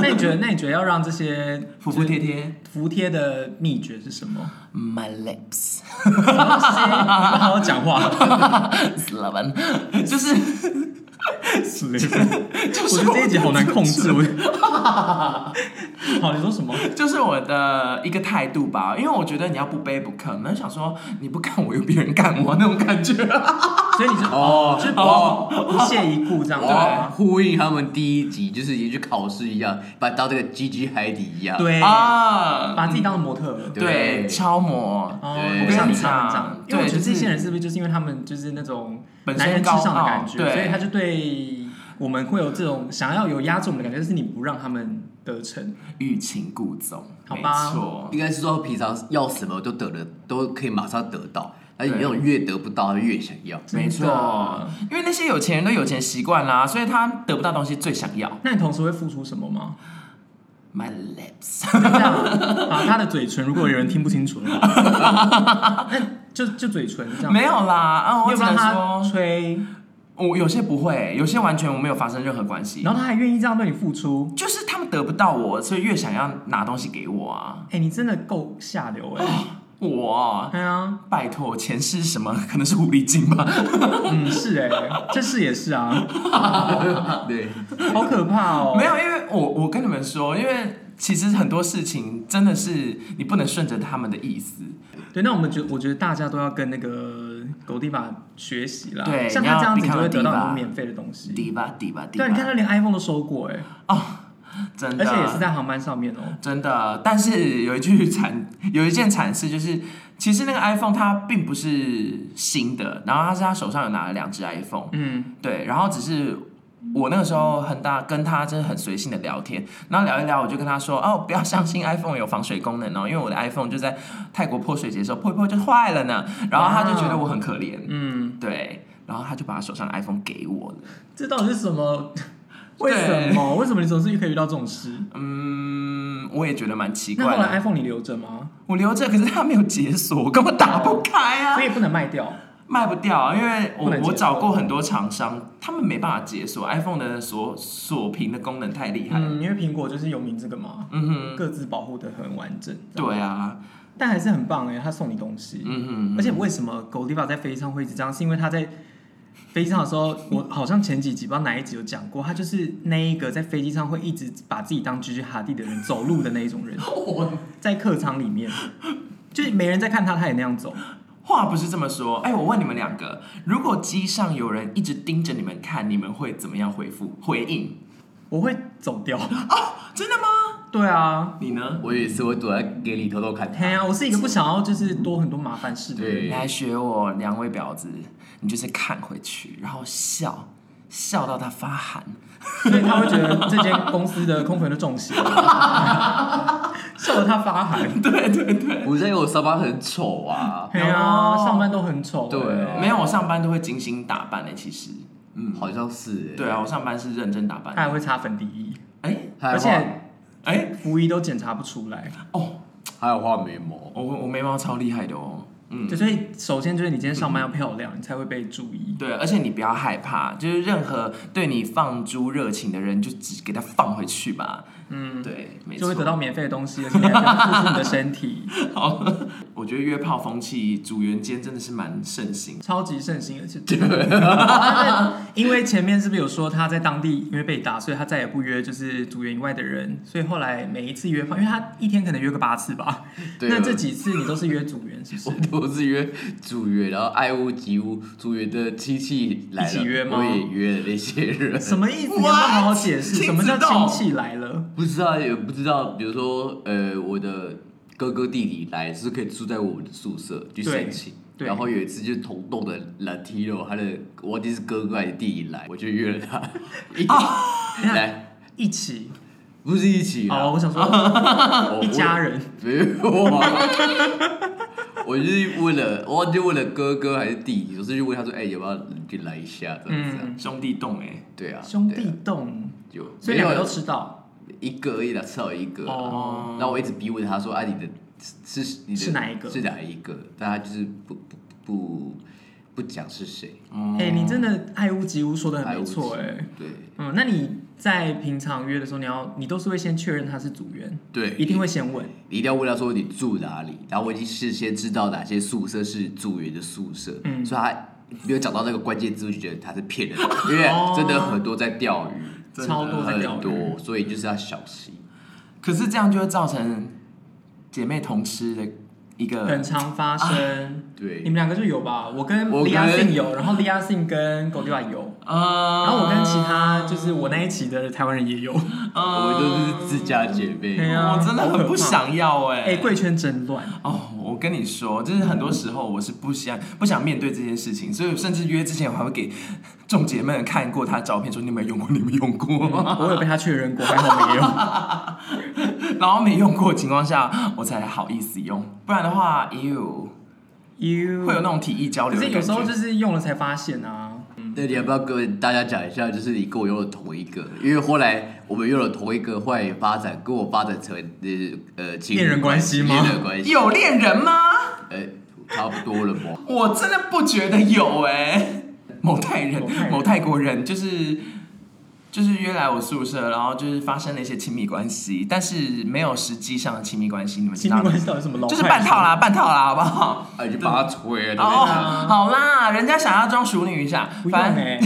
那你觉得，那你觉得要让这些
服服帖帖
服帖的秘诀是什么？
，My lips。
什么东西你好好讲话。
死了吧！ 就是
之类的。
就
我觉
是
得这一集好难控制。
我
我 好，你说什么？
就是我的一个态度吧，因为我觉得你要不卑不亢，那想说你不干我，有别人干我那种感 觉。
所以你是
哦
就是
哦
不不屑一顾这样子
哦
哇，
吗？
呼应他们第一集，就是也去考试一样，把当这个 GG 海底一样。
对，
啊，
把自己当成模特儿。
对，超模，
哦，
对
我跟你
我跟你讲
讲，因为我觉
对就
得
是
这些人是不是就是因为他们就是那种
本身
男人至上的感觉，
高傲对
所以他就对我们会有这种想要有压制我们的感觉，但是你不让他们得逞。
欲擒故纵，
好
没
吧
错。
应该是说平常要什么都得了，都可以马上得到，但是你那种越得不到越想要。
没
真
错
的，
因为那些有钱人都有钱习惯啦，所以他得不到东西最想要。
那你同时会付出什么吗？
My lips，
就这样啊，他的嘴唇，如果有人听不清楚的话， 那就就嘴唇这样。
没有啦，啊，我
又
只
让
能
他
说，
吹，
我有些不会，有些完全我没有发生任何关系。
然后他还愿意这样对你付出，
就是他们得不到我，所以越想要拿东西给我啊！
哎、你真的够下流哎、
哦我
对啊，
拜托，前世是什么？可能是狐狸精吧？
嗯，是哎、这事也是啊，
对，
好可怕哦、
没有，因为我我跟你们说，因为其实很多事情真的是你不能顺着他们的意思。
对，那我们觉我觉得大家都要跟那个狗地法学习啦，
对
像
你
他
要
这样子你就
become
会
a
得到很
diva
多免费的东西。
迪吧迪吧迪
对啊，你看他
吧，
连 iPhone 都收过哎、
真
而
的，啊
且也是在航班上面哦、
真的。但是有一句惨，有一件惨事就是，其实那个 iPhone 它并不是新的，然后他是他手上有拿了两只 iPhone，
嗯，
对，然后只是我那个时候很大跟他真的很随性的聊天，然后聊一聊，我就跟他说哦，不要相信 iPhone 有防水功能哦，因为我的 iPhone 就在泰国泼水节的时候泼一泼就坏了呢，然后他就觉得我很可怜，
嗯，
对，然后他就把他手上的 iPhone 给我了，
这到底是什么？
对
为什么？为什么你总是可以遇到这种事？
嗯，我也觉得蛮奇
那
怪啊
后来
的，
iPhone 你留着吗？
我留着，可是他没有解锁，我根本打不开啊
所，以不能卖掉。
卖不掉啊，因为我
不能解锁
我找过很多厂商，他们没办法解锁 iPhone 的锁锁屏的功能太厉害了，
嗯，因为苹果就是有名这个嘛，
嗯哼，
各自保护的很完整。
对啊，
但还是很棒哎、他送你东西。
嗯哼。
而且为什么 Godiva 在飞机上会一直这样？是因为他在飞机上的时候，我好像前几集不知道哪一集有讲过，他就是那一个在飞机上会一直把自己当 Gigi 哈蒂的人走路的那一种人，在客舱里面，就是没人在看他，他也那样走。
话不是这么说，哎，我问你们两个，如果机上有人一直盯着你们看，你们会怎么样回复回应？
我会走掉。
真的吗？
对啊，
你呢？
我也是，我躲在给里偷偷看
嘿
他。
啊，我是一个不想要就是多很多麻烦事的人。
你
对，
来学我，两位婊子，你就是看回去，然后笑，笑到他发寒。
所以他会觉得这间公司的空服员都中邪， 笑得他发寒。
对对对，
我在我上班很丑啊，
对啊，
哦
上班都很丑欸。
对啊
没有，我上班都会精心打扮的、欸其实，嗯，
好像是欸。
对啊，我上班是认真打扮
他还
的。
会擦粉底液，
哎
还有
而
画，
且
哎
服仪都检查不出来。
哦，
还有画眉毛，
我我眉毛超厉害的哦，
嗯，对，所以首先就是你今天上班要漂亮，你才会被注意。
对，而且你不要害怕，就是任何对你放猪热情的人，就只给他放回去吧。嗯，对，没
就
错
会。得到免费的东西，而且你还不用付出你的身体，
好，我觉得约炮风气组员间真的是蛮盛行。
超级盛行，而且他 在因为前面是不是有说他在当地因为被打，所以他再也不约就是组员以外的人，所以后来每一次约炮，因为他一天可能约个八次吧，
对
那
我
这几次你都是约组员是不
我
是？
都是约组员，然后爱屋及乌，组员的亲戚来了，
一起约吗
我也约了那些人。
什么意思？你要不要好好解释，
What？
什么叫
亲自动
亲戚来了？
不知道也不知道，比如说呃，我的哥哥弟弟来是可以住在我们的宿舍去申请。
对
然后有一次就是同栋的 Latino，他的我忘记是哥哥还是弟弟来，我就 约了他一起、
啊
来，
一起
不是一起啦，
哦，我想说
我
一家人，
没有啊。 我就是问了，我忘记问了哥哥还是弟弟，我是去问他说，哎、要不要你就来一下这样子、啊？
嗯，
兄弟洞哎、
对啊，
兄
对
弟
啊
洞，
有，
所以
没
两
有
个都吃到
一个而已啦，至少有一个啦。
哦。
然后我一直逼问他说：“啊，你的是是你的
是哪一个
是哪一个？”但他就是不不不不讲是谁。
哎、你真的爱屋及乌说的很没错哎、
对
嗯，那你在平常约的时候，你要你都是会先确认他是组员，
对，
一定会先问。
你一定要问他说你住哪里。然后我已经事先知道哪些宿舍是组员的宿舍，
嗯
所以他没有找到那个关键字，我就觉得他是骗 人的，因为真的很多在钓鱼，
真的
哦超多在钓
很
鱼
多，所以就是要小心。
可是这样就会造成姐妹同吃的一
很
个
常发
啊
生。你
对
们两个就有吧？我跟
我
l
跟
i a Sin 有，然后 l i a Sin 跟 g o d i v a 有，
呃
然后我跟其他就是我那一起的台湾人也有。
我们都是自家姐妹。
对啊
呃哦我真的很不想要哎、
哎，贵圈真乱，
哦，我跟你说，就是很多时候我是不想不想面对这件事情，所以我甚至约之前我还会给众姐妹们看过她的照片，说你有没有用过，你有没有用过，
我有被他确认过，还好没有。
然后没用过的情况下，我才好意思用，不然的话，呦，
You
会有那种体液交
可
流的
是
感
有
觉。
时候就是用了才发现啊。
那你要不要跟大家讲一下，就是你跟我用了同一个？因为后来我们用了同一个，后来也发展跟我发展成呃呃情侣
恋人关系吗
恋人关系，
有恋人吗？
呃，差不多了吗？
我真的不觉得有哎、某泰人
某泰、人
某泰国人就是就是约来我宿舍，然后就是发生了一些亲密关系，但是没有实际上的亲密关系，你们知
亲
道
密
吗
关？系到底是什么老派
就
说？
是半套啦，半套啦，好不好？
啊，你就把他吹了，对不对？
哦，好啦，人家想要装熟女一下
不，用
反正
哎，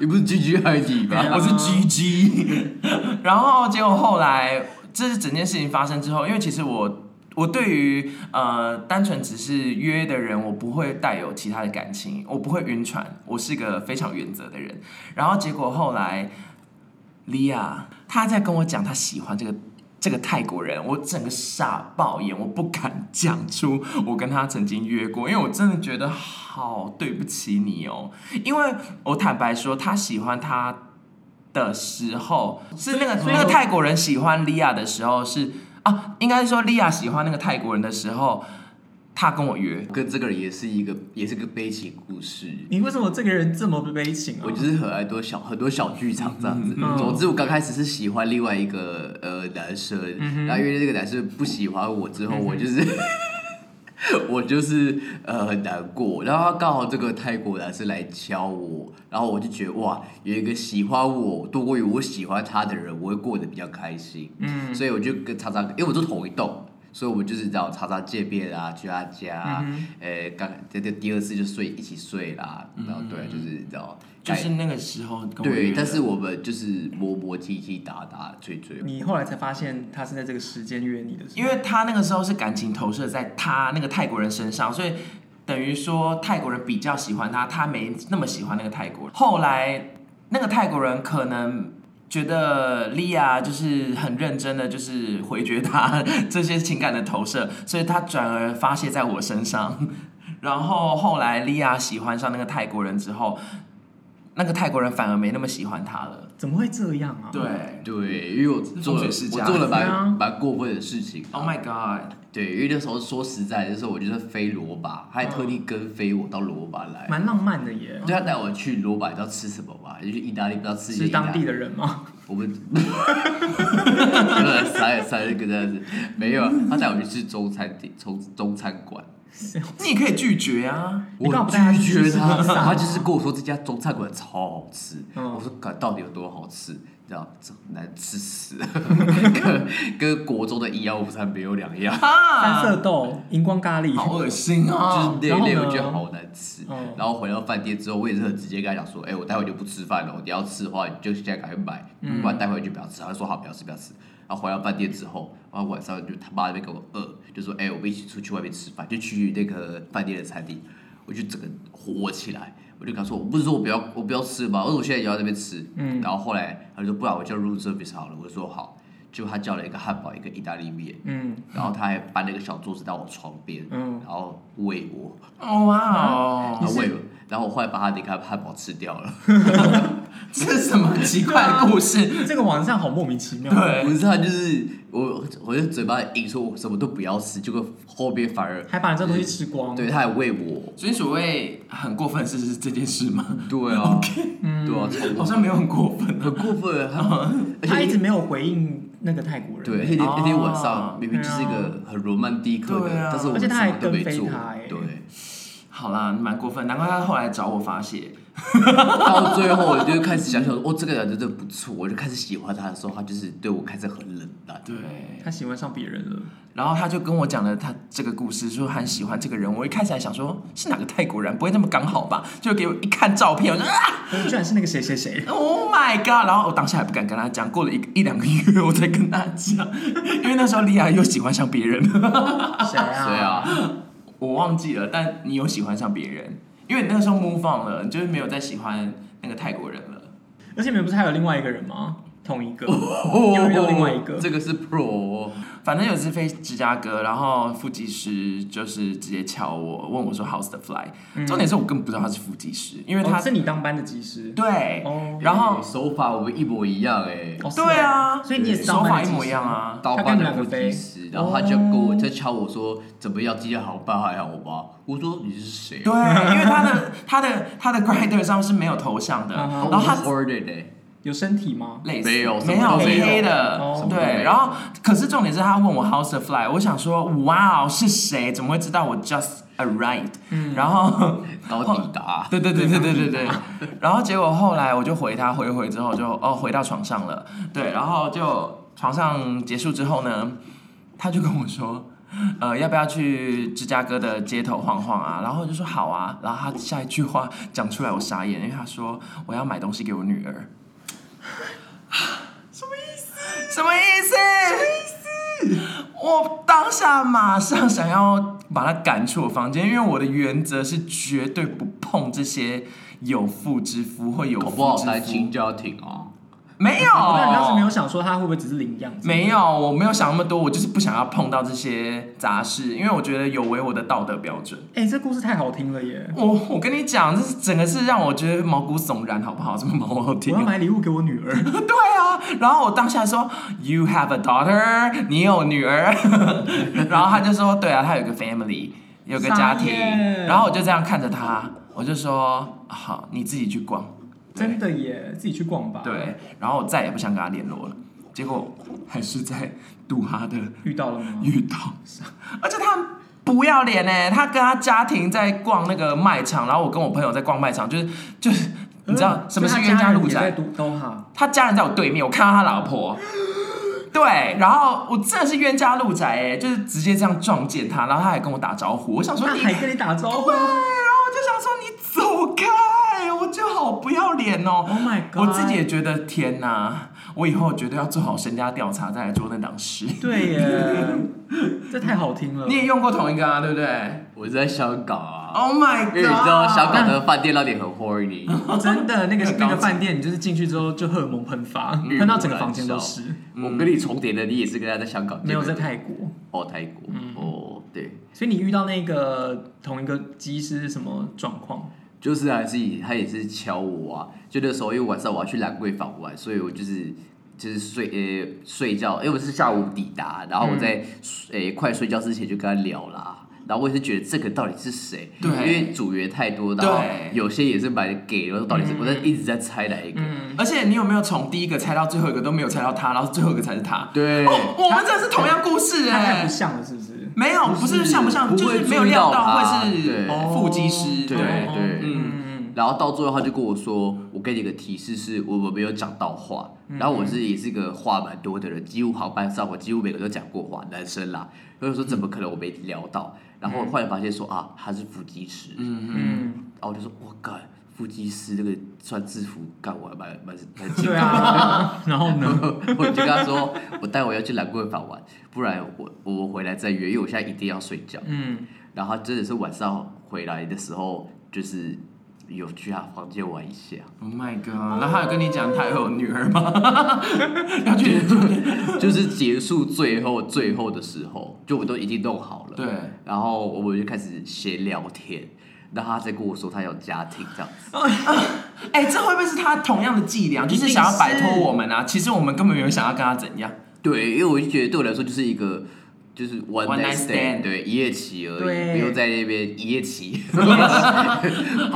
你不是 G G 海底吧？
我是 G G，然 后结果后来这是整件事情发生之后，因为其实我我对于呃单纯只是约的人，我不会带有其他的感情，我不会晕船，我是个非常原则的人。然后结果后来，莉亚她在跟我讲她喜欢这个。这个泰国人，我整个傻爆眼，我不敢讲出我跟他曾经约过，因为我真的觉得好对不起你哦。因为我坦白说，他喜欢他的时候，是那个
所以
那个泰国人喜欢莉亚的时候是啊，应该是说莉亚喜欢那个泰国人的时候，他跟我约，
跟这个人也是一个，也是个悲情故事。
你为什么这个人这么悲情啊
我？就是很爱多小很多小剧场这样子。
嗯
总之，我刚开始是喜欢另外一个呃男生，
嗯
然后因为这个男生不喜欢我之后，我就是我就是呃很难过。然后他刚好这个泰国男生来敲我，然后我就觉得哇，有一个喜欢我多过于我喜欢他的人，我会过得比较开心。嗯，所以我就跟常常，因为我住同一栋。所以我们就是这样常常见面啊，去他家啊，
嗯
呃、刚这这第二次就睡一起睡啦，然后对，啊就是你知道，
嗯就是那个时候跟我约
对，
的。
但是我们就是磨磨唧唧、打打追追。
你后来才发现他是在这个时间约你的，
因为他那个时候是感情投射在他那个泰国人身上，所以等于说泰国人比较喜欢他，他没那么喜欢那个泰国人。后来那个泰国人可能。觉得莉亚就是很认真的，就是回绝他这些情感的投射，所以他转而发泄在我身上。然后后来莉亚喜欢上那个泰国人之后，那个泰国人反而没那么喜欢他了。
怎么会这样啊？
对
对，因为我做
风
了
水世
我
家
做了
对啊
蛮蛮过分的事情。啊
，Oh my god！
对，因为那时候说实在，那时候我就是飞罗马，他还特地跟飞我到罗马来。
嗯蛮浪漫的耶，
对他带我去罗马，你知道吃什么吗？就是意大利，不知道吃一些
是
意大
当地的人吗？
我们 啊傻眼傻眼这个这样子，没有，他带我去吃中餐厅，中中餐馆，
你也可以拒绝啊。
你
我
干嘛不带他去
拒
吃
绝
吃
他，
披萨
他就是跟我说这家中餐馆超好吃，
嗯
我说干到底有多好吃？你知道，这难吃死了， 跟跟国中的一幺五三没有两样，
三色
啊，
豆、荧光咖喱，
好恶心
就是
啊！
哦
那
然后
一类
呢
我觉得好难吃
嗯。
然后回到饭店之后，我也是很直接跟他讲说，哎，我待会就不吃饭了，你要吃的话你就现在赶快买，
嗯
不然待会就不要吃。他就说好，不要吃，不要吃。然后回到饭店之后，然后晚上就他妈那边跟我饿，就说哎、我们一起出去外面吃饭，就去那个饭店的餐厅，我就整个火起来，我就跟他说，我不是说我不要我不要吃吗？我说我现在也要在那边吃。
嗯
然后后来他就说不然我叫 room service 好了，我就说好，结果他叫了一个汉堡，一个意大利面，
嗯，
然后他还搬了一个小桌子到我床边，
嗯
然后喂我，
哦哇
然
哦，
后喂我，然后我后来把他那个汉堡吃掉了。
这是什么奇怪的故事？
这个网站好莫名其妙。
不
对，
是他就是我，我就嘴巴硬说我什么都不要吃，结果后面反而
还把你这东西吃光，
对他还喂我，
所以所谓很过分是是这件事吗？
对啊，对啊，超
好
过分
像没有很过分啊。
很过分，他 而
嗯他一
且
直没有回应那个泰国人，
对，而且那那天晚
哦
上明明就是一个很罗曼蒂克
对
的
啊，
但是我
而且
们
他
什
还
么都没
跟
做
飞他欸，
对，
好啦，蛮过分，难怪他后来找我发泄。
到最后我就开始想想，哦，这个人真的不错，我就开始喜欢他的时候，他就是对我开始很冷淡，
对，
他喜欢上别人了。
然后他就跟我讲了他这个故事，说很喜欢这个人。我一开始还想说是哪个泰国人，不会那么刚好吧？就给我一看照片，我就啊
可是居然是那个谁谁谁，
，Oh my god！然后我当下还不敢跟他讲，过了一一两个月我才跟他讲，因为那时候莉亚又喜欢上别人了，
谁啊？
对啊。
我忘记了。但你有喜欢上别人，因为你那个时候 move on 了，你就是没有再喜欢那个泰国人了。
而且你们不是还有另外一个人吗？同一个，又遇到另外一个
这个是 pro，哦
反正有一次飞芝加哥，然后副技师就是直接敲我，问我说 How's the fly？、重点是我根本不知道他是副技师，因为他、
嗯哦是你当班的技师。
对，
哦
然后
手法我们一模一样哎，
哦是哦
对啊，
所以你也是
手
当班
法
的
一
技师
模一样。
哦
啊。
刀疤的技师，然后他就跟我在敲我说怎么样，今天好办还好吧？我说你是谁
对，
啊？
因为他 的他的他的 grinder 上是没有头像的，
嗯哼
然后他
h o r d e d 哎，
有身体吗？
类似
没有
没
什么
有
都没有
黑
哦
的，
什么都没
对。
有
然后可是重点是他问我 How's the fly，我想说哇哦是谁？怎么会知道我 just arrived？、然后
然后抵达，
哦
对对对对对对对。然后结果后来我就回他，回一回之后就哦回到床上了，对，然后就床上结束之后呢，他就跟我说。呃，要不要去芝加哥的街头晃晃啊？然后我就说好啊。然后他下一句话讲出来，我傻眼，因为他说我要买东西给我女儿。什么意思？什么意思？我当下马上想要把他赶出我房间，因为我的原则是绝对不碰这些有妇之夫或有
搞不
妇
好
之
单
夫
亲。家庭啊，
没
我当当时没有
有，
想说他会不会只是领养，
没有，我没有想那么多，我就是不想要碰到这些杂事，因为我觉得有违我的道德标准。
哎、这故事太好听了耶！
我我跟你讲，这是整个是让我觉得毛骨悚然，好不好？这么毛好听
我要。买礼物给我女儿，
对啊，然后我当下说，You have a daughter，你有女儿， 然后他就说，对啊，他有个 family，有个家
傻
庭
眼，
然后我就这样看着他，我就说，好，你自己去逛，
真的耶，自己去逛吧。，
对，然后我再也不想跟他联络了，结果还是在杜哈的
遇到了吗？
遇到，而且他不要脸呢、他跟他家庭在逛那个卖场，然后我跟我朋友在逛卖场，就是就是。你知道
嗯
什么是
所以
冤
他
家
家人
路
也
窄
在？都都哈，
他家人在我对面，我看到他老 婆。对，然后我真的是冤家路窄哎、就是直接这样撞见他，然后他还跟我打招呼，我想说
那
你，
还
对，
跟你打招
然后
呼
我就想说你走开，我就好不要脸哦、
？Oh my god！
我自己也觉得天哪，我以后绝对要做好身家调查再来做那档 事。
对耶，这太好听了。
你也用过同一个啊，对不对
我是在香港
哦
啊，
？Oh my god！
因为你知道香港的饭店那里很 horny，
哦真的那个
很高
那
级
个饭店，你就是进去之后就荷尔蒙喷发，
嗯
喷到整个房间都是，
我跟你重叠的，你也是跟他在香港，
没有在泰国。嗯
哦泰国哦对。
所以你遇到那个同一个机师是什么状况？
就是还是以他也是敲我啊，就那时候因为晚上我要去兰桂坊玩，所以我就是就是睡呃、睡觉，因为我是下午抵达，然后我
嗯
在呃、快睡觉之前就跟他聊啦。然后我也是觉得这个到底是谁？
对
因为组员太多，然后
对嗯
有些也是买给，然后到底是、我在一直在猜哪一个？
而且你有没有从第一个猜到最后一个都没有猜到他，然后最后一个才是他？
对，
哦，我们这是同样故事
他
哎、
太不像了，是不是？
没有，不是像不像，
不
就
会
是没有料到会
注意
是
到
他
腹肌师，
对
哦
对
嗯，
然后到最后他就跟我说，我给你个提示，是我我没有讲到话。然后我自己也是一个话蛮多的人，几乎好班上我几乎每个都讲过话，男生啦。所以说怎么可能我没聊到？然后我忽然发现说啊，他是腹肌师，
嗯嗯，
嗯，
然后我就说我干，腹肌师这个穿制服干我还蛮蛮蛮惊
对啊，然后呢？
我就跟他说，我待会要去兰桂坊玩，不然我我回来再约，因为我现在一定要睡觉。
嗯，
然后他真的是晚上回来的时候，就是有去他房间玩一下。
Oh my god！然后他有跟你讲他有女儿吗？ 要去
就是结束最后最后的时候，就我都已经弄好了，
对，
然后我们就开始闲聊天，然后他再跟我说他有家庭这样子，
哎、这会不会是他同样的伎俩，就是想要摆脱我们啊？其实我们根本没有想要跟他怎样。
对，因为我就觉得对我来说就是一个。就是 one
One
night
night stand
stand，对，一夜情而
对
已，不用在那边一 夜情，
好
不
吧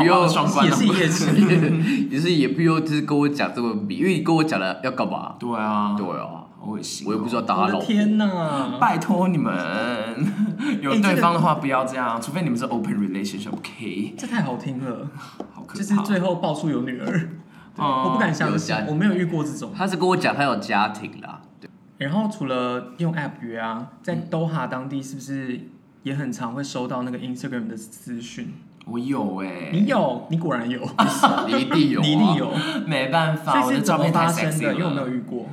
用，
双关啊
也
了
是一夜情，
就是也不用，就是跟我讲这么明，因为你跟我讲了要干嘛？
对啊，
对啊，
好恶心哦、
我又不知道打
我
他老
的
婆，
天哪！
拜托你们， 有
哎这个
对方的话不要这样，除非你们是 open relationship，OK？、
这太好听了，
好可怕。
就是最后爆出有女儿，
哦
我不敢相
有
信
家，
我没有遇过这种。
他是跟我讲他有家庭啦，
然后除了用 App 约啊，在 Doha 当地是不是也很常会收到那个 Instagram 的私讯？
我有哎、
你有，你果然有，
你一定有、啊，
你一定有。
没办法，
所
我
以
的
是
照
怎么
片太
发生
sexy 了。
的？因为我没有遇过。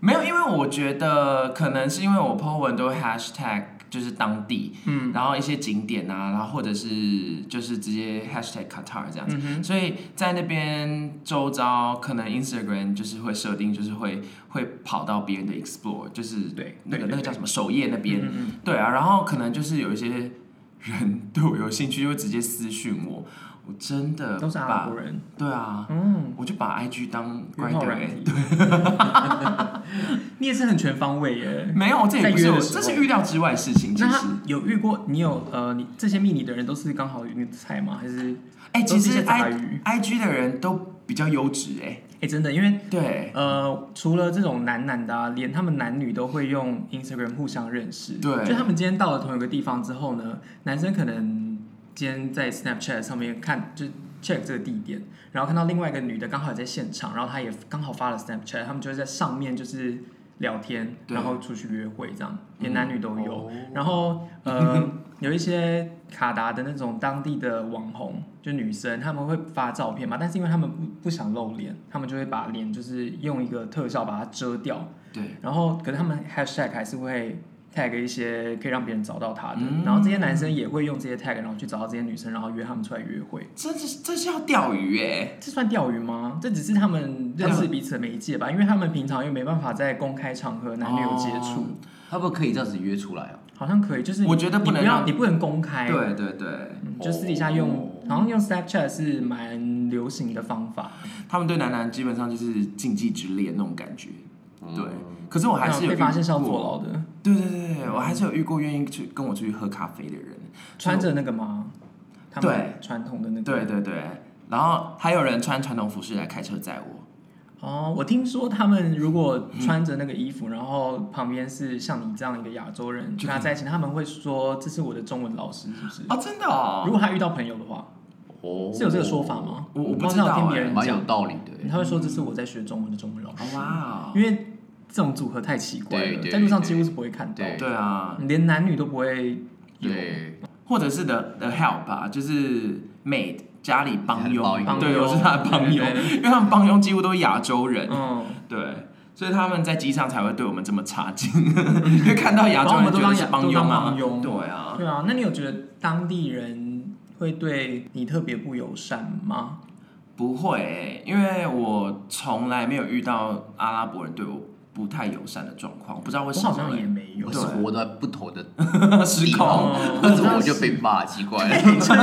没有，因为我觉得可能是因为我 po 文都会 hashtag 就是当地，嗯，然后一些景点啊，然后或者是就是直接 hashtag Qatar 这样
嗯
子，所以在那边周遭可能 Instagram 就是会设定就是会会跑到别人的 explore，就是
对
那个
对对
那个叫什么首页那边，
嗯嗯
对啊，然后可能就是有一些人对我有兴趣，就会直接私讯我，我真的
嗯，都是阿拉
把
伯人。
对啊，
嗯，
我就把 IG 当
约炮
grinder
软
欸
体。你也是很全方位耶。
没有，这也不
在
是
约
我，
的时
这
候
是预料之外的事情。其
那
实，
他有遇过你有呃，你这些密你的人都是刚好你的菜吗？还是
哎、
都
其
是一
实
些杂
I
鱼？
I G 的人都比较优质哎，
哎、真的，因为
对
呃，除了这种男男的、啊，连他们男女都会用 Instagram 互相认识。
对
就他们今天到了同一个地方之后呢，男生可能今天在 Snapchat 上面看，就 check 这个地点，然后看到另外一个女的刚好也在现场，然后她也刚好发了 Snapchat，他们就会在上面就是聊天，
对
然后出去约会这样，连
嗯
男女都有。
哦
然后 呃，有一些卡达的那种当地的网红，就女生，她们会发照片嘛，但是因为她们不不想露脸，她们就会把脸就是用一个特效把它遮掉，
对，
然后可是她们 hashtag 还是会 tag 一些可以让别人找到她的，
嗯
然后这些男生也会用这些 tag 然后去找到这些女生，然后约她们出来约会。
这是这是要钓鱼哎，
这算钓鱼吗？这只是他们认识彼此的媒
嗯
介吧，因为他们平常又没办法在公开场合男女有接触，
哦
他们可以这样子约出来哦、
好像可以，就是
我觉得不
你
能
不要
让
你不能公开，
对对对，
哎嗯就私底下
哦
用，好像用 Snapchat 是蛮流行的方法，
他们对男男基本上就是禁忌之恋那种感觉。对
嗯，
可是我还是有
被
遇
发现是要坐
过，
牢的。
对对对对，我还是有遇过愿意去跟我出去喝咖啡的人。
穿着那个吗？他们
对
传统的那个。
对对对，然后还有人穿传统服饰来开车载我。
哦，我听说他们如果
嗯
穿着那个衣服，然后旁边是像你这样一个亚洲人
就
跟他在一起，他们会说这是我的中文老师，是不是？
哦，真的哦
如，果他遇到朋友的话，
哦
是有这个说法？吗？
我我
我
不知
知道
道
听别
哎
人
蛮有
讲，
道理的。
他会说这是我在学中文的中文老师，
哇哦，
因为这种组合太奇怪
对
了，
对
在路上几乎是不会看到
对
的，
对啊，
连男女都不会有。
对，
或者是 the the help 啊，就是 maid 家里帮
帮
佣，
佣
对，我是他的帮佣
对对，
因为他们帮佣几乎都是亚洲人，
嗯，
对，所以他们在机上才会对我们这么差劲， 因为看到亚洲
把我
人
哦们都
觉
当
得是帮佣
都当
啊
帮，佣
对啊，
对啊，那你有觉得当地人会对你特别不友善吗？
不会欸、因为我从来没有遇到阿拉伯人对我不太友善的状况，不知道为
我
什
好像
么
也没有
我。是活在不同的地
欸， 失控。
哦
方，为什么我就被骂？奇怪了。
想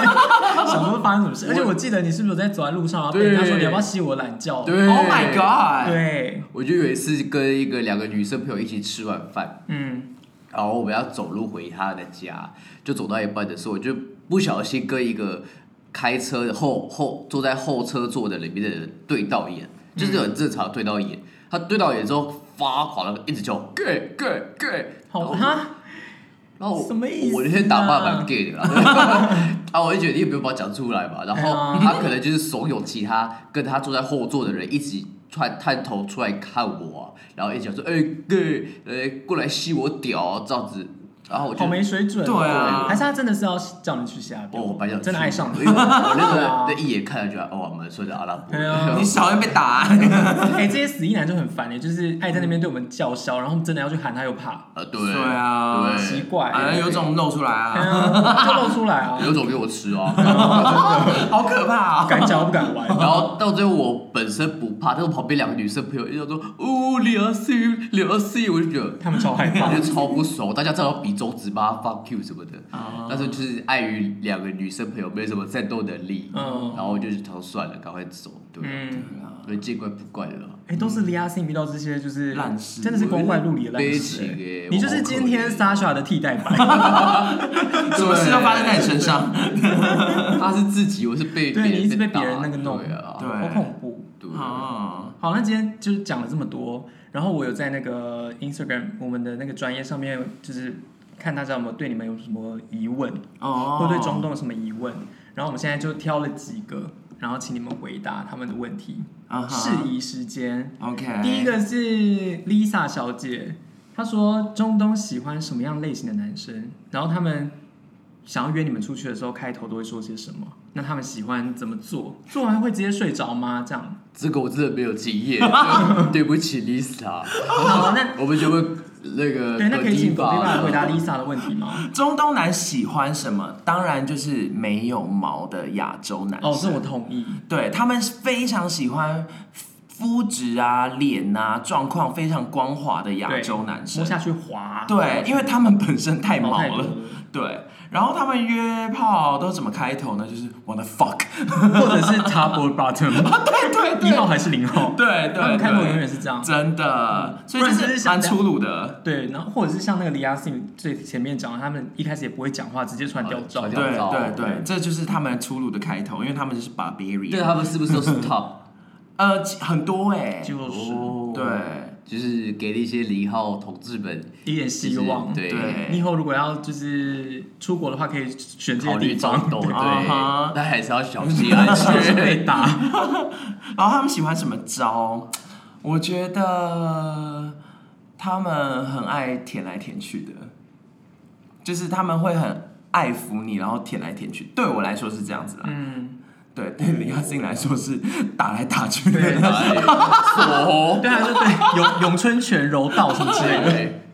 说发生什么事，而且我记得你是不是有在走在路上，然后被
对
人家说你要不要吸我懒觉？
对
Oh my god！
对，
我就有一次跟一个两个女生朋友一起吃晚饭，
嗯，
然后我们要走路回她的家，就走到一半的时候，我就不小心跟一个开车的后后坐在后车座的里面的人对到眼，就是很正常的对到眼。哦他对到眼之后发狂了，一直叫 gay gay gay，
好哈，
然后我
什么意思啊
哦我那天打扮蛮 gay 的啦， 啊，我就觉得你也不用把它讲出来嘛。然
嗯
后他可能就是怂恿其他跟他坐在后座的人一起探探头出来看我、啊，然后一起讲说，哎、gay，呃，过来吸我屌、啊、这样子。然后我就
好没水准哦。
对啊
还是他真的是要叫你去下
哦，我
标？
白想
真的爱上
了，
了
因。为我我那时 候
对啊
那一眼看了就哦，我们说的阿拉伯，
对啊
你少要被打、
哎，这些死意男就很烦哎，就是爱在那边对我们叫嚣，然后真的要去喊他又怕，
啊对
对啊
对哎
奇怪
啊，
欸。
有种露出来
哎
啊，
呀就露出来啊，
有种给我吃 哦。
好可怕啊！
敢讲不敢玩。
然后到最后我本身不怕，但是我旁边两个女生朋友一直说哦两 C 两 C，我就觉得。
他们超害 怕
我，就超不熟，大家知道比中指吧，fuck you 什么的，
哦
但是就是碍于两个女生朋友没什么战斗能力，
嗯
然后我就是想说算了，赶快走，对啊，
嗯，
所以见怪不怪了。
哎，都是离阿信遇到这些就是
烂事
真的是光怪陆离的烂
悲
事
情
欸
欸。
你
我
就是
好
今
可
天
怜
Sasha 的替代版，
什么事都发生在你身上，
他是自己，我是被
对
别
你一直被
打
别人那个弄
对啊，
对
好恐怖。
对
啊，
好，那今天就是讲了这么多，然后我有在那个 Instagram 我们的那个专业上面，就是看大家有没有对你们有什么疑问，
哦，
或对中东有什么疑问，然后我们现在就挑了几个，然后请你们回答他们的问题。
啊哈
适宜时间，
，OK，
第一个是 Lisa 小姐，她说中东喜欢什么样类型的男生，然后他们想要约你们出去的时候，开头都会说些什么？那他们喜欢怎么做？做完会直接睡着吗？这样？
这个我真的没有经验， 对不起 Lisa。
好，那
我们就会那
呃
个
对，那可以请
Godiva
狗 o 爸回答 Lisa 的问题吗？
中东男喜欢什么？当然就是没有毛的亚洲男生。
哦，这我同意。
对他们非常喜欢肤质啊、脸啊状况非常光滑的亚
对
洲男生
摸。下去滑。
对，因为他们本身太毛
毛太多
了。对，然后他们约炮都怎么开头呢？就是 w h a t the fuck，
了，或者是 top or bottom，
对对
一
对
号还是零号？
对
他
对
们开头永
对，
远是这样。
真的，所以
不
就
然就是
是
想
蛮粗鲁的。
对，然后或者是像那个李亚信最前面讲的，他们一开始也不会讲话，直接传
啊
屌照
传。
对
屌照
对对，
嗯
这就是他们粗鲁的开头，因为他们就是 barbarian。
对他们是不是都是 top？
呃，其很多哎、
就是
哦
对
就是给了一些零号同志们
一点
就是
希望。
对，
对
你以后如果要就是出国的话，可以选这
考
些
虑
地
战
方，
斗，
啊
对
哈，
但还是要小心安 全。
被打。
然后他们喜欢什么招？我觉得他们很爱舔来舔去的，就是他们会很爱抚你，然后舔来舔去。对我来说是这样子啦，
嗯，
对对李亚信来说是打来打去的。
对，
哎锁喉
对，他就对咏咏春拳、柔道什么之类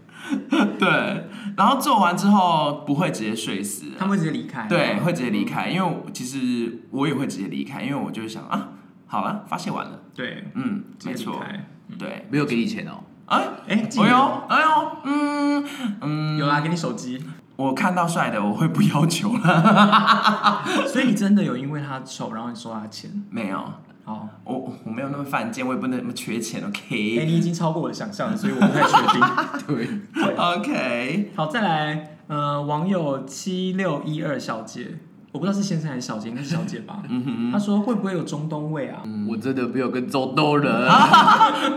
的，
对，
对，然后做完之后不会直接睡死，
他们会直接离开。
对，会直接离开，因为我其实我也会直接离开，因为我就想啊，好了，发泄完了，
对，
嗯，没
直接离
错，
开。
对，
没有给你钱哦，
哎，
哎，
哎
竟
呦
然，
哎呦，嗯嗯，
有啦，给你手机。
我看到帅的我会不要求了，
嗯
所以你真的有因为他丑，然后你收他钱？
没有，
好，
我我没有那么犯贱，我也不能那么缺钱
哎、
，OK
你已经超过我的想象了，所以我不太确定。
对，
OK，
好，再来，呃，网友七六一二小姐，我不知道是先生还是小姐，应该是小姐吧。
嗯
她说会不会有中东味啊？
我真的没有跟中东人，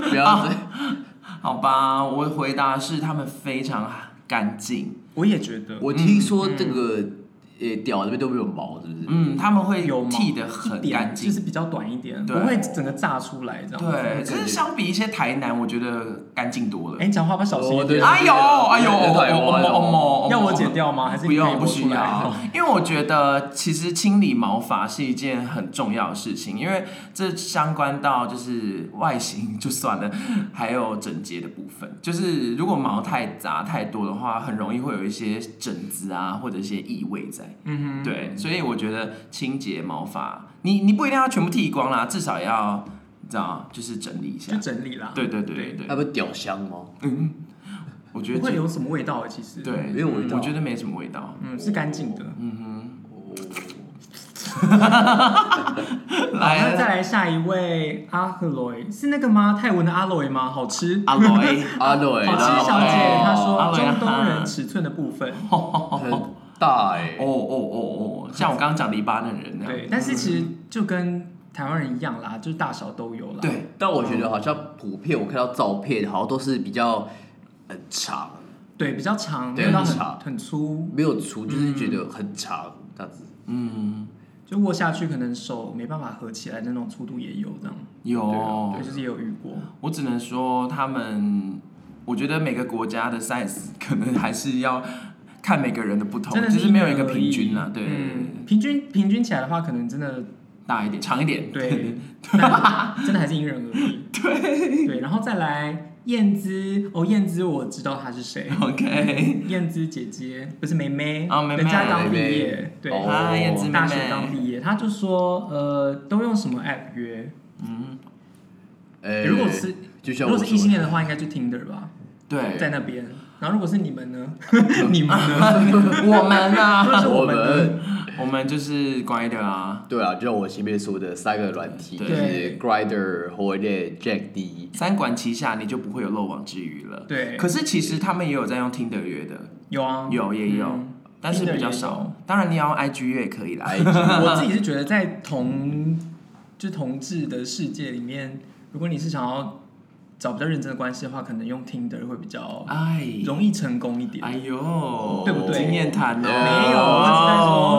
不要再
好吧，我回答是他们非常干净，
我也觉得，
我听说这个呃屌那边都没有毛，是不是？
嗯，他们会
有毛
剃的
一
很干
点就
净
是。比较短一点，不
啊对
会整个炸出来这样。
对，
感
就是
觉
相比一些台南，我觉得干净多了
哎、。你讲话吧，小心一
哦对
点。
哎呦，哎呦，
对对
哦哦哦哦哦
要我剪掉吗？还是
不
你可以
用，
播
不需
出来
要？，因为我觉得其实清理毛发是一件很重要的事情，因为这相关到就是外形就算了，还有整洁的部分。就是如果毛太杂太多的话，很容易会有一些疹子啊，或者一些异味在。
嗯哼，
对，所以我觉得清洁毛发，你你不一定要全部剃光啦，至少也要你知道就是整理一下
就。整理啦。
对对对对
他
对，
们屌香吗？
我觉
不
得
会
这
有什么味道的，其实。，
对
没有味道
我觉得没什么味 道。
嗯，是干净的。
来
那再来下一位阿赫罗伊是那个吗？泰文的阿罗伊吗？好吃。
阿哎罗伊，
阿瑞，
好吃小姐，
哦
她
阿
说
罗伊
中东人尺寸的部分，
很大哎
哦，哦 哦哦，像我刚刚讲黎巴嫩人那样，
对，但是
嗯
其实就跟台湾人一样啦，就是大小都有啦。，
对，
但我觉得好像普遍我看到照片，好像都是比较很长，
对，比较长，
对
没有到
很
很
长
很粗，
没有除，就是觉得很长这样子。
嗯，
就握下去可能手没办法合起来的那种粗度也有这样，
对
有
啊
对，，就是也有遇过。
我只能说他们，我觉得每个国家的 size 可能还是要看每个人的不同，
真的
就是没有一个
因人而
平均
异
啦，对，
嗯，平均平均起来的话，可能真的
大一点，长一点，
对，但真的还是 因人而异。对对，然后再来燕姿，哦，燕姿我知道她是谁，
，OK，
燕姿姐姐不是妹妹
哦妹妹
人家刚毕
啊妹
业
妹，
对，
哦
啊，燕子妹
大学刚
妹，
毕业，她就说呃，都用什么 app 约？
嗯，
呃
如果是
就像
如
我
果
说
是异性恋的话，应该就 Tinder 吧，
对，
在那边。然后如果是你们 呢？你们呢？
我们
如果
啊，
是
我
我们呢？
们
我们就是乖的啊，
对啊，就像我前面说的三个软体，就
对
是 Grinder、或者 Jack D，
三管齐下，你就不会有漏网之鱼了。
对
可是其实他们也有在用听的约的，
有啊，
有也有
嗯
但是
Tinder
比较
也有
少。当然你要用 IG 约也可 以啦。
我自己是觉得在同就同志的世界里面，如果你是想要找比较认真的关系的话，可能用 Tinder 会比较
啊
哎，
容易成功一点。
哎呦，
对不对
经验谈哦，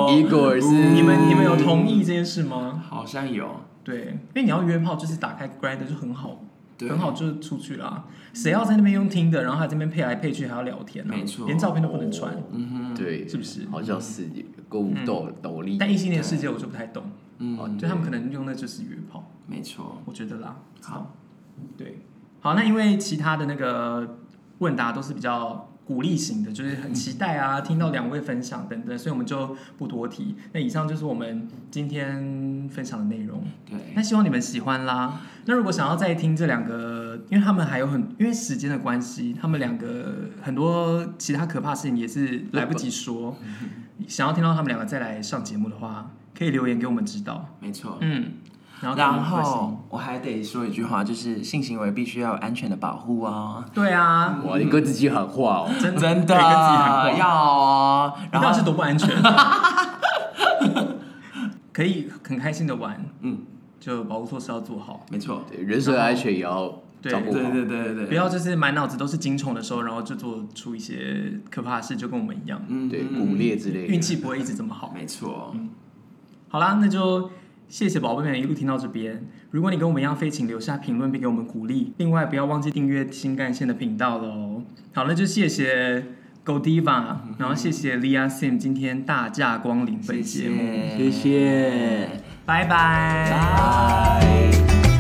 没
有我
一个是
你们你们有同意这件事吗？
好像有，
对，因为你要约炮，就是打开 Grind 就很好，
对，
很好，就出去啦。谁要在那边用 Tinder，然后还这边配来配去，还要聊天、啊，
没错
连照片都不能传。
嗯哼，
对，
是不是
好像是够斗斗笠，
但异性恋世界我就不太懂，
哦
嗯，
就他们可能用的就是约炮。
没错，
我觉得啦。
嗯好，
对，好，那因为其他的那个问答都是比较鼓励型的，就是很期待啊，
嗯
听到两位分享等等，所以我们就不多提。那以上就是我们今天分享的内容。
对，
那希望你们喜欢啦。那如果想要再听这两个，因为他们还有很因为时间的关系，他们两个很多其他可怕的事情也是来不及说。
嗯
想要听到他们两个再来上节目的话，可以留言给我们知道。
没错。
嗯，然后给我们
然
回信
后我还得说一句话，就是性行为必须要有安全的保护哦，
对啊，
哇，你跟自己喊话哦，
真
真
对跟自
的
己喊话
要哦。
你
然
到底是
后
多不安全？ 可以很开心的玩，
嗯，
就保护措施要做好，
没错，
对，人身安全也要照顾
对
好。
对对对
不
对，
要就是满脑子都是精虫的时候，然后就做出一些可怕的事，就跟我们一样，
嗯
对，
嗯
骨裂之类的
运。气不会一直这么好。
没错，
嗯好啦，那就谢谢宝贝们一路听到这边。如果你跟我们一样非，请留下评论并给我们鼓励。另外，不要忘记订阅新干线的频道喽。好，那就谢谢 Godiva，然后谢谢 Lia Sim 今天大驾光临本节目，
谢谢，
拜拜。
拜。